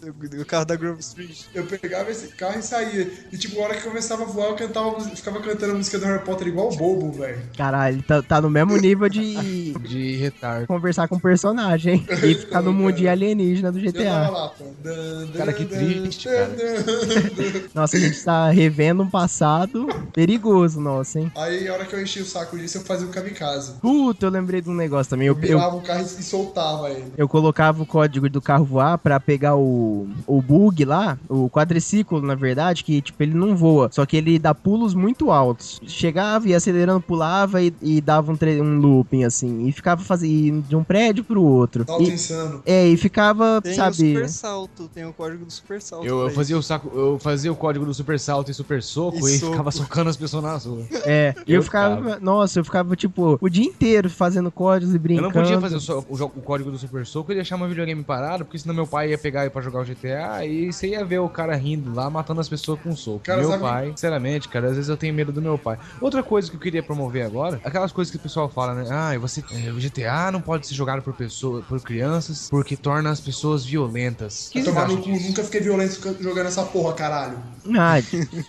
o carro da Grove Street. Eu pegava esse carro e saía. E tipo, a hora que começava a voar, eu cantava, ficava cantando a música do Harry Potter igual bobo, velho. Caralho, tá, tá no mesmo nível de De retardo. conversar com o personagem. hein? E ficar no mundinho alienígena do é Eu tava GTA. lá, pô. Dan, dan, Cara, que dan, triste, dan, cara. dan, dan. Nossa, a gente tá revendo um passado perigoso, nossa, hein? Aí a hora que eu enchi o saco disso, eu fazia um kamikaze. Puta, eu lembrei de um negócio também. Eu, Eu eu, virava o carro e e soltava ele. eu colocava o código do carro voar pra pegar o, o bug lá, o quadriciclo, na verdade, que, tipo, ele não voa. Só que ele dá pulos muito altos. Chegava e acelerando, pulava e, e dava um, tre- um looping, assim. E ficava fazendo de um prédio pro outro. Salto E, insano. é, e ficava, Tem o sabe... Super Salto, tem o código do Super Salto. Eu, eu pra fazia o saco, eu fazia o código do super salto e super soco E e, soco. ficava socando as pessoas na rua. É, eu, ficava, Nossa, eu ficava, tipo, o dia inteiro fazendo códigos e Eu brincando. não podia fazer o, so- o jo- o código do Super Soco e deixar meu videogame parado, porque senão meu pai ia pegar eu pra jogar o GTA e você ia ver o cara rindo lá, matando as pessoas com um soco. Cara, meu sabe- pai, sinceramente, cara, às vezes eu tenho medo do meu pai. Outra coisa que eu queria promover agora, aquelas coisas que o pessoal fala, né? Ah, você, é, o GTA não pode ser jogado por, pessoa, por crianças porque torna as pessoas violentas. O que Vai vocês tomar acham Tá no cu, né? nunca fiquei violento fica- jogando essa porra, caralho. Ah,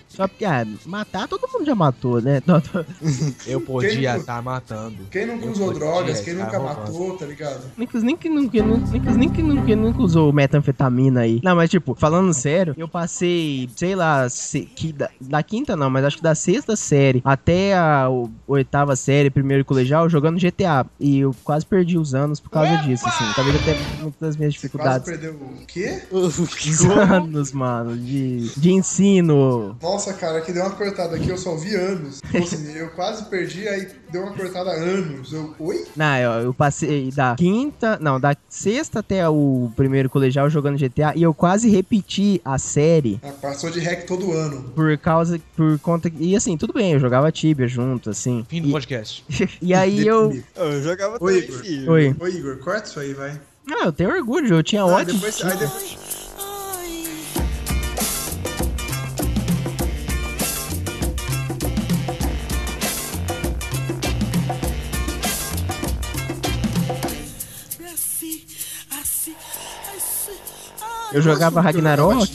só porque, ah, matar todo mundo já matou, né? Não, tô- Eu podia estar matando. Quem nunca Eu usou podia drogas, quem estar nunca roubando. matou, tá ligado? Nicos nem que nunca, Nicos nem que nunca, nunca usou metanfetamina aí. Não, mas tipo, falando sério, eu passei, sei lá, se- que da, da quinta não, mas acho que da sexta série até a o- oitava série, primeiro colegial, jogando GTA. E eu quase perdi os anos por causa disso, assim. Talvez até muitas das Quase minhas dificuldades. perdeu o quê? Os anos, mano, de, de ensino. Nossa, cara, que deu uma cortada aqui, eu só vi anos. Ou seja, eu quase perdi, aí deu uma cortada anos. Eu, oi? Não, eu, eu passei da quinta, não, da sexta até o primeiro colegial jogando GTA e eu quase repeti a série Ah, passou de hack todo ano. por causa, por conta que- e assim, tudo bem, eu jogava Tibia junto, assim. Fim do podcast. E aí eu, Eu jogava Oi, também, Igor. filho. Oi. Ô, Igor, corta isso aí, vai. ah, eu tenho orgulho, eu tinha Ah, ótimo. depois, aí depois... Eu jogava Ragnarok.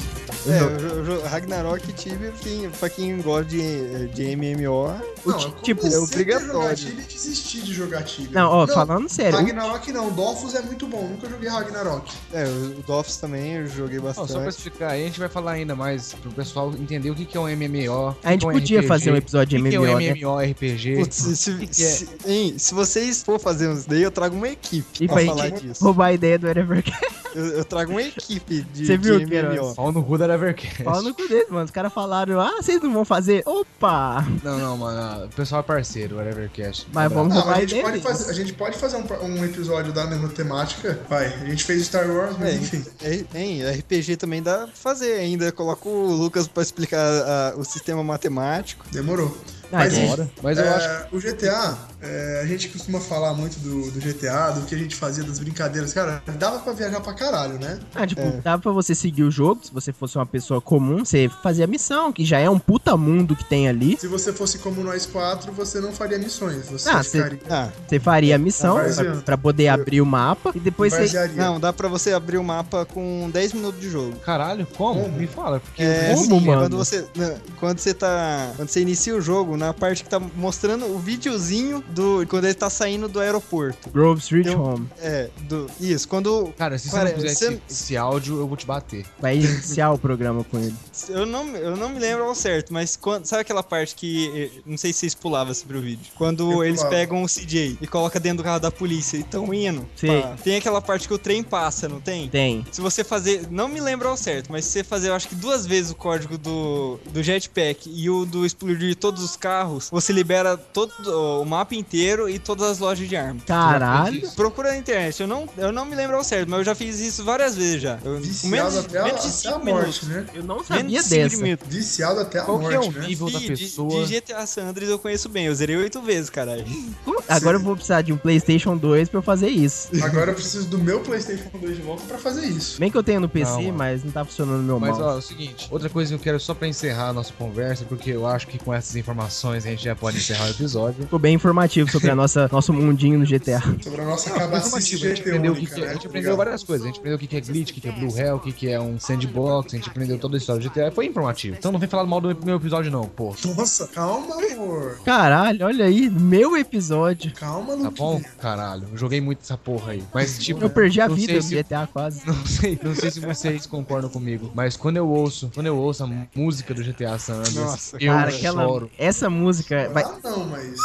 É, eu jo- eu jo- Ragnarok e Tibia, quem- pra quem gosta de, de MMO, O Não, ti- eu tipo, comecei é a jogar obrigatório. Tibia e desisti de jogar Tibia. Não, ó, falando sério, o- Ragnarok não, Dofus é muito bom, nunca joguei Ragnarok. É, o Dofus também eu joguei Não, só pra bastante. explicar, aí a gente vai falar ainda mais pro pessoal entender o que, que é um MMO. A o que que gente é um podia RPG, fazer um episódio de o que MMO, Que né? é um MMORPG. Putz, se, que é? se, hein, se vocês for fazer uns daí, eu trago uma equipe E pra pra falar gente disso. roubar a ideia do Evercast. Eu, eu trago uma equipe de, Você viu, de Queiroz? MMO. Pau no cu da Evercast. Fala no cu deles, mano. Os caras falaram, ah, vocês não vão fazer? Opa! Não, não, mano. O pessoal é parceiro, o Evercast. Mas vamos Ah, mas roubar a a gente, ideia pode deles. fazer, a gente pode fazer um, um episódio da mesma temática. Vai, a gente fez Star Wars, mas enfim. É, hein, RPG também dá pra fazer ainda. Coloca o Lucas pra explicar ah, o sistema matemático. Demorou. Ah, Mas, então- Bora. Mas eu É, acho O GTA, é, a gente costuma falar muito do, do GTA, do que a gente fazia, das brincadeiras. Cara, dava pra viajar pra caralho, né? Ah, tipo, dava pra você seguir o jogo, se você fosse uma pessoa comum, você fazia a missão, que já é um puta mundo que tem ali. Se você fosse como nós quatro, você não faria missões. Você Ah, cê- ficaria. Ah, Você faria a missão Mas, pra, eu- pra poder abrir o mapa e depois você. Basearia. não, dá pra você abrir o mapa com 10 minutos de jogo. que... Caralho, como? Me fala. Porque É, Como, assim, mano? Quando você, né, quando você tá. Quando você inicia o jogo, na parte que tá mostrando o videozinho do. Quando ele tá saindo do aeroporto. Grove Street Eu- Home. É, do. Isso, quando. Cara, se você Cara, não fizer você- esse, esse áudio, eu vou te bater. Vai iniciar o programa com ele. Eu não, eu não me lembro ao certo, mas quando, sabe aquela parte que. eh, Não sei se vocês pulavam sobre o vídeo. Quando Eu eles pulava. pegam o CJ e colocam dentro do carro da polícia e tão indo. Sei. pá, tem aquela parte que o trem passa, não tem? Tem. Se você fazer, não me lembro ao certo, mas se você fazer, eu acho que duas vezes o código do, do jetpack e o do explodir todos os carros, você libera todo o mapa inteiro e todas as lojas de arma. Tá. Caralho. Procura na internet, eu não, eu não me lembro ao certo, mas eu já fiz isso várias vezes já. Eu, com menos, Viciado até, a, menos de até a 5 morte, minutos. né? Eu não Menos sabia de 5 dessa. minutos. Viciado até a Qual que morte, é o né? nível da Ih, de- pessoa? De, GTA San Andreas eu conheço bem, eu zerei oito vezes, caralho. Como- Agora eu vou precisar de um PlayStation 2 pra eu fazer isso. Agora eu preciso do meu PlayStation 2 de volta pra fazer isso. Bem que eu tenho no Não, PC, mano. mas não tá funcionando no meu Mas mouse. ó, é o seguinte, outra coisa que eu quero só pra encerrar a nossa conversa, porque eu acho que com essas informações a gente já pode encerrar o episódio. Ficou bem informativo sobre a nossa, nosso mundinho no GTA. Sobre a nossa Foi cabaça de informativo, a gente GT aprendeu, o que única, que, é- né? a gente tá aprendeu ligado? várias coisas. A gente aprendeu o que que é glitch, o que que é blue hell, o que que é um sandbox, a gente aprendeu toda a história do GTA. Foi informativo. Então não vem falar mal do meu episódio, não, pô. Tá Nossa, calma, amor. Caralho, olha aí, meu episódio. Calma, Tá Luquinha. bom? Caralho, eu joguei muito essa porra aí. Mas, tipo. Eu perdi a não vida sei no se- GTA quase. Não sei, não sei se vocês concordam comigo, mas quando eu ouço, quando eu ouço a música do GTA San Andreas, Nossa, eu Cara, aquela. choro. Essa música vai. Ah, não, mas...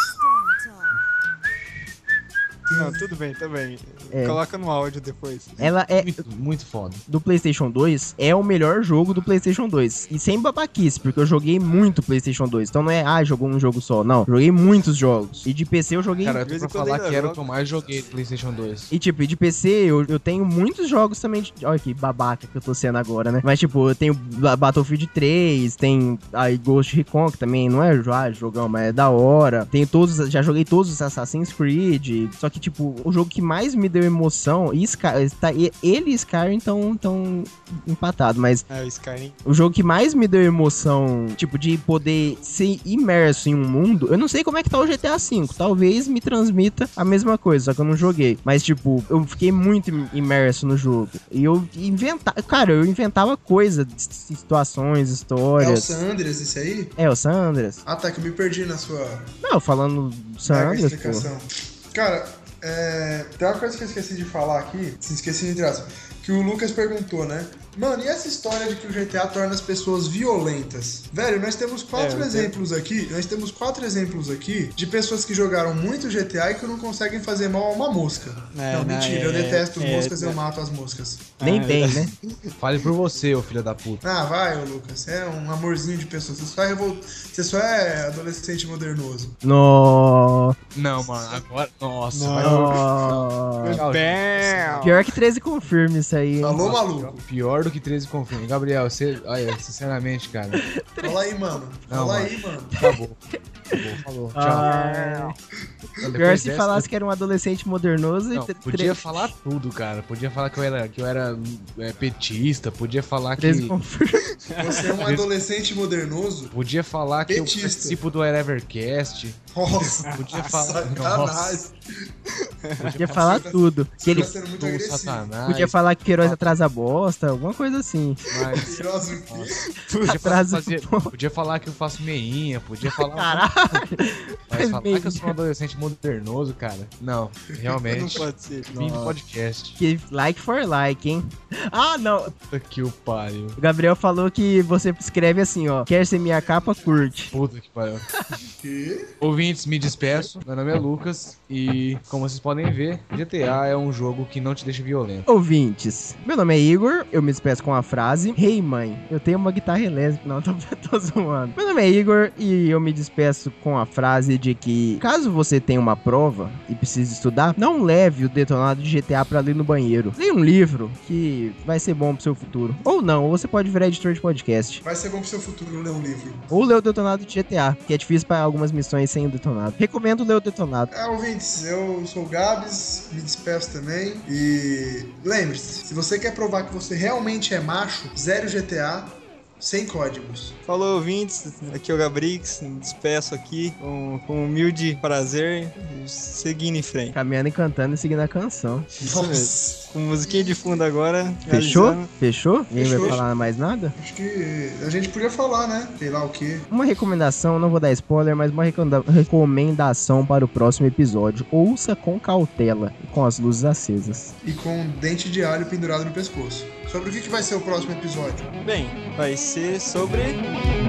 Não, tudo bem, tudo bem. É. Coloca no áudio depois. Ela é muito foda. do PlayStation 2 é o melhor jogo do PlayStation 2. E sem babaquice, porque eu joguei muito PlayStation 2. Então não é, ah, jogou um jogo só. Não, joguei muitos jogos. E de PC eu joguei. Cara, eu tô pra falar que era o que eu mais joguei do PlayStation 2. E tipo, e de PC eu, eu tenho muitos jogos também. De... Olha que babaca que eu tô sendo agora, né? Mas tipo, eu tenho Ba- Battlefield 3, tem aí Ghost Recon, que também não é jo- ah, jogão, mas é da hora. Tenho todos, já joguei todos os Assassin's Creed. Só que tipo, o jogo que mais me deu emoção, e Sky, tá, e- ele e Skyrim estão tão empatados, mas É, o Skyrim. o jogo que mais me deu emoção, tipo, de poder ser imerso em um mundo. Eu não sei como é que tá o GTA V. Talvez me transmita a mesma coisa, só que eu não joguei. Mas, tipo, eu fiquei muito im- imerso no jogo. E eu inventava. Cara, eu inventava coisa, s- situações, É o histórias. San Andreas, esse aí? É o Sandras? Ah, tá, que eu me perdi na sua Não, falando Pega a Sandras, pô. explicação. Cara, é, tem uma coisa que eu esqueci de falar aqui, se esqueci de traço, que o Lucas perguntou, né? Mano, e essa história de que o GTA torna as pessoas violentas? Velho, nós temos É, eu quatro entendo. exemplos aqui, nós temos quatro exemplos aqui de pessoas que jogaram muito GTA e que não conseguem fazer mal a uma mosca. É, não, não, mentira, eu é, detesto é, moscas, é. eu mato as moscas. Nem É. Ah, bem, né? Fale por você, ô filho da puta. Ah, vai, ô Lucas, é um amorzinho de pessoas. Você só é, revol... você só é adolescente modernoso. No... Não, mano, agora. Nossa, Não. vai. Tchau, gente. Pior que 13 confirma isso aí. hein? Falou, maluco? Pior do que 13 confirma. Gabriel, você. Olha, sinceramente, cara. Fala aí, mano. Não, Fala mano. aí, mano. Acabou. Acabou, falou. Tchau. Ah, Depois Pior se dessa- falasse é que era um adolescente modernoso Não, e podia falar tudo, cara. Podia falar que eu era, que eu era é, petista, podia falar que. 13 confirma. Você é um adolescente modernoso? Podia falar que eu Petista. participo do Evercast. Nossa, Podia falar. sacanagem. Podia falar tudo. Que ele Tá sendo muito do agressivo. Satanás. podia falar que Queiroz atrasa a bosta, alguma coisa assim. mas- Mentiroso. Podia falar, Atrasa fazer, podia falar que eu faço meinha, podia falar. um Caralho! Mas falar que eu sou um Meinha. adolescente modernoso, cara. Não, Não realmente. pode ser. Fim do podcast. Que like for like, hein? Ah, não. Puta que o pariu. O Gabriel falou que você escreve assim, ó. Quer ser minha capa, curte. Puta que pariu. Que? Ouvintes, me despeço. Meu nome é Lucas e, como vocês podem ver, GTA é um jogo que não te deixa violento. Ouvintes, meu nome é Igor, eu me despeço com a frase Hey mãe, eu tenho uma guitarra elétrica, não, tô, tô zoando. Meu nome é Igor e eu me despeço com a frase de que caso você tenha uma prova e precise estudar, não leve o detonado de GTA pra ler no banheiro. Leia um livro que vai ser bom pro seu futuro. Ou não, ou você pode virar editor de podcast. Vai ser bom pro seu futuro ler um livro. Ou ler o detonado de GTA, que é difícil pra algumas missões sem o detonado. Recomendo ler o detonado. É, ouvintes, eu sou o Gabs, me despeço também. E lembre-se, se você quer provar que você realmente é macho, zero GTA, sem códigos. Falou, ouvintes. Aqui é o Gabrix. Me despeço aqui com, com humilde prazer. Seguindo em frente. Caminhando e cantando e seguindo a canção. Isso mesmo. Com musiquinha de fundo agora. Fechou? realizando. Fechou? Ninguém vai Fechou. falar mais nada? Acho que a gente podia falar, né? Sei lá o quê. Uma recomendação, não vou dar spoiler, mas uma recomenda- recomendação para o próximo episódio. Ouça com cautela e com as luzes acesas. E com um dente de alho pendurado no pescoço. Sobre o que, que vai ser o próximo episódio? Bem, vai ser sobre.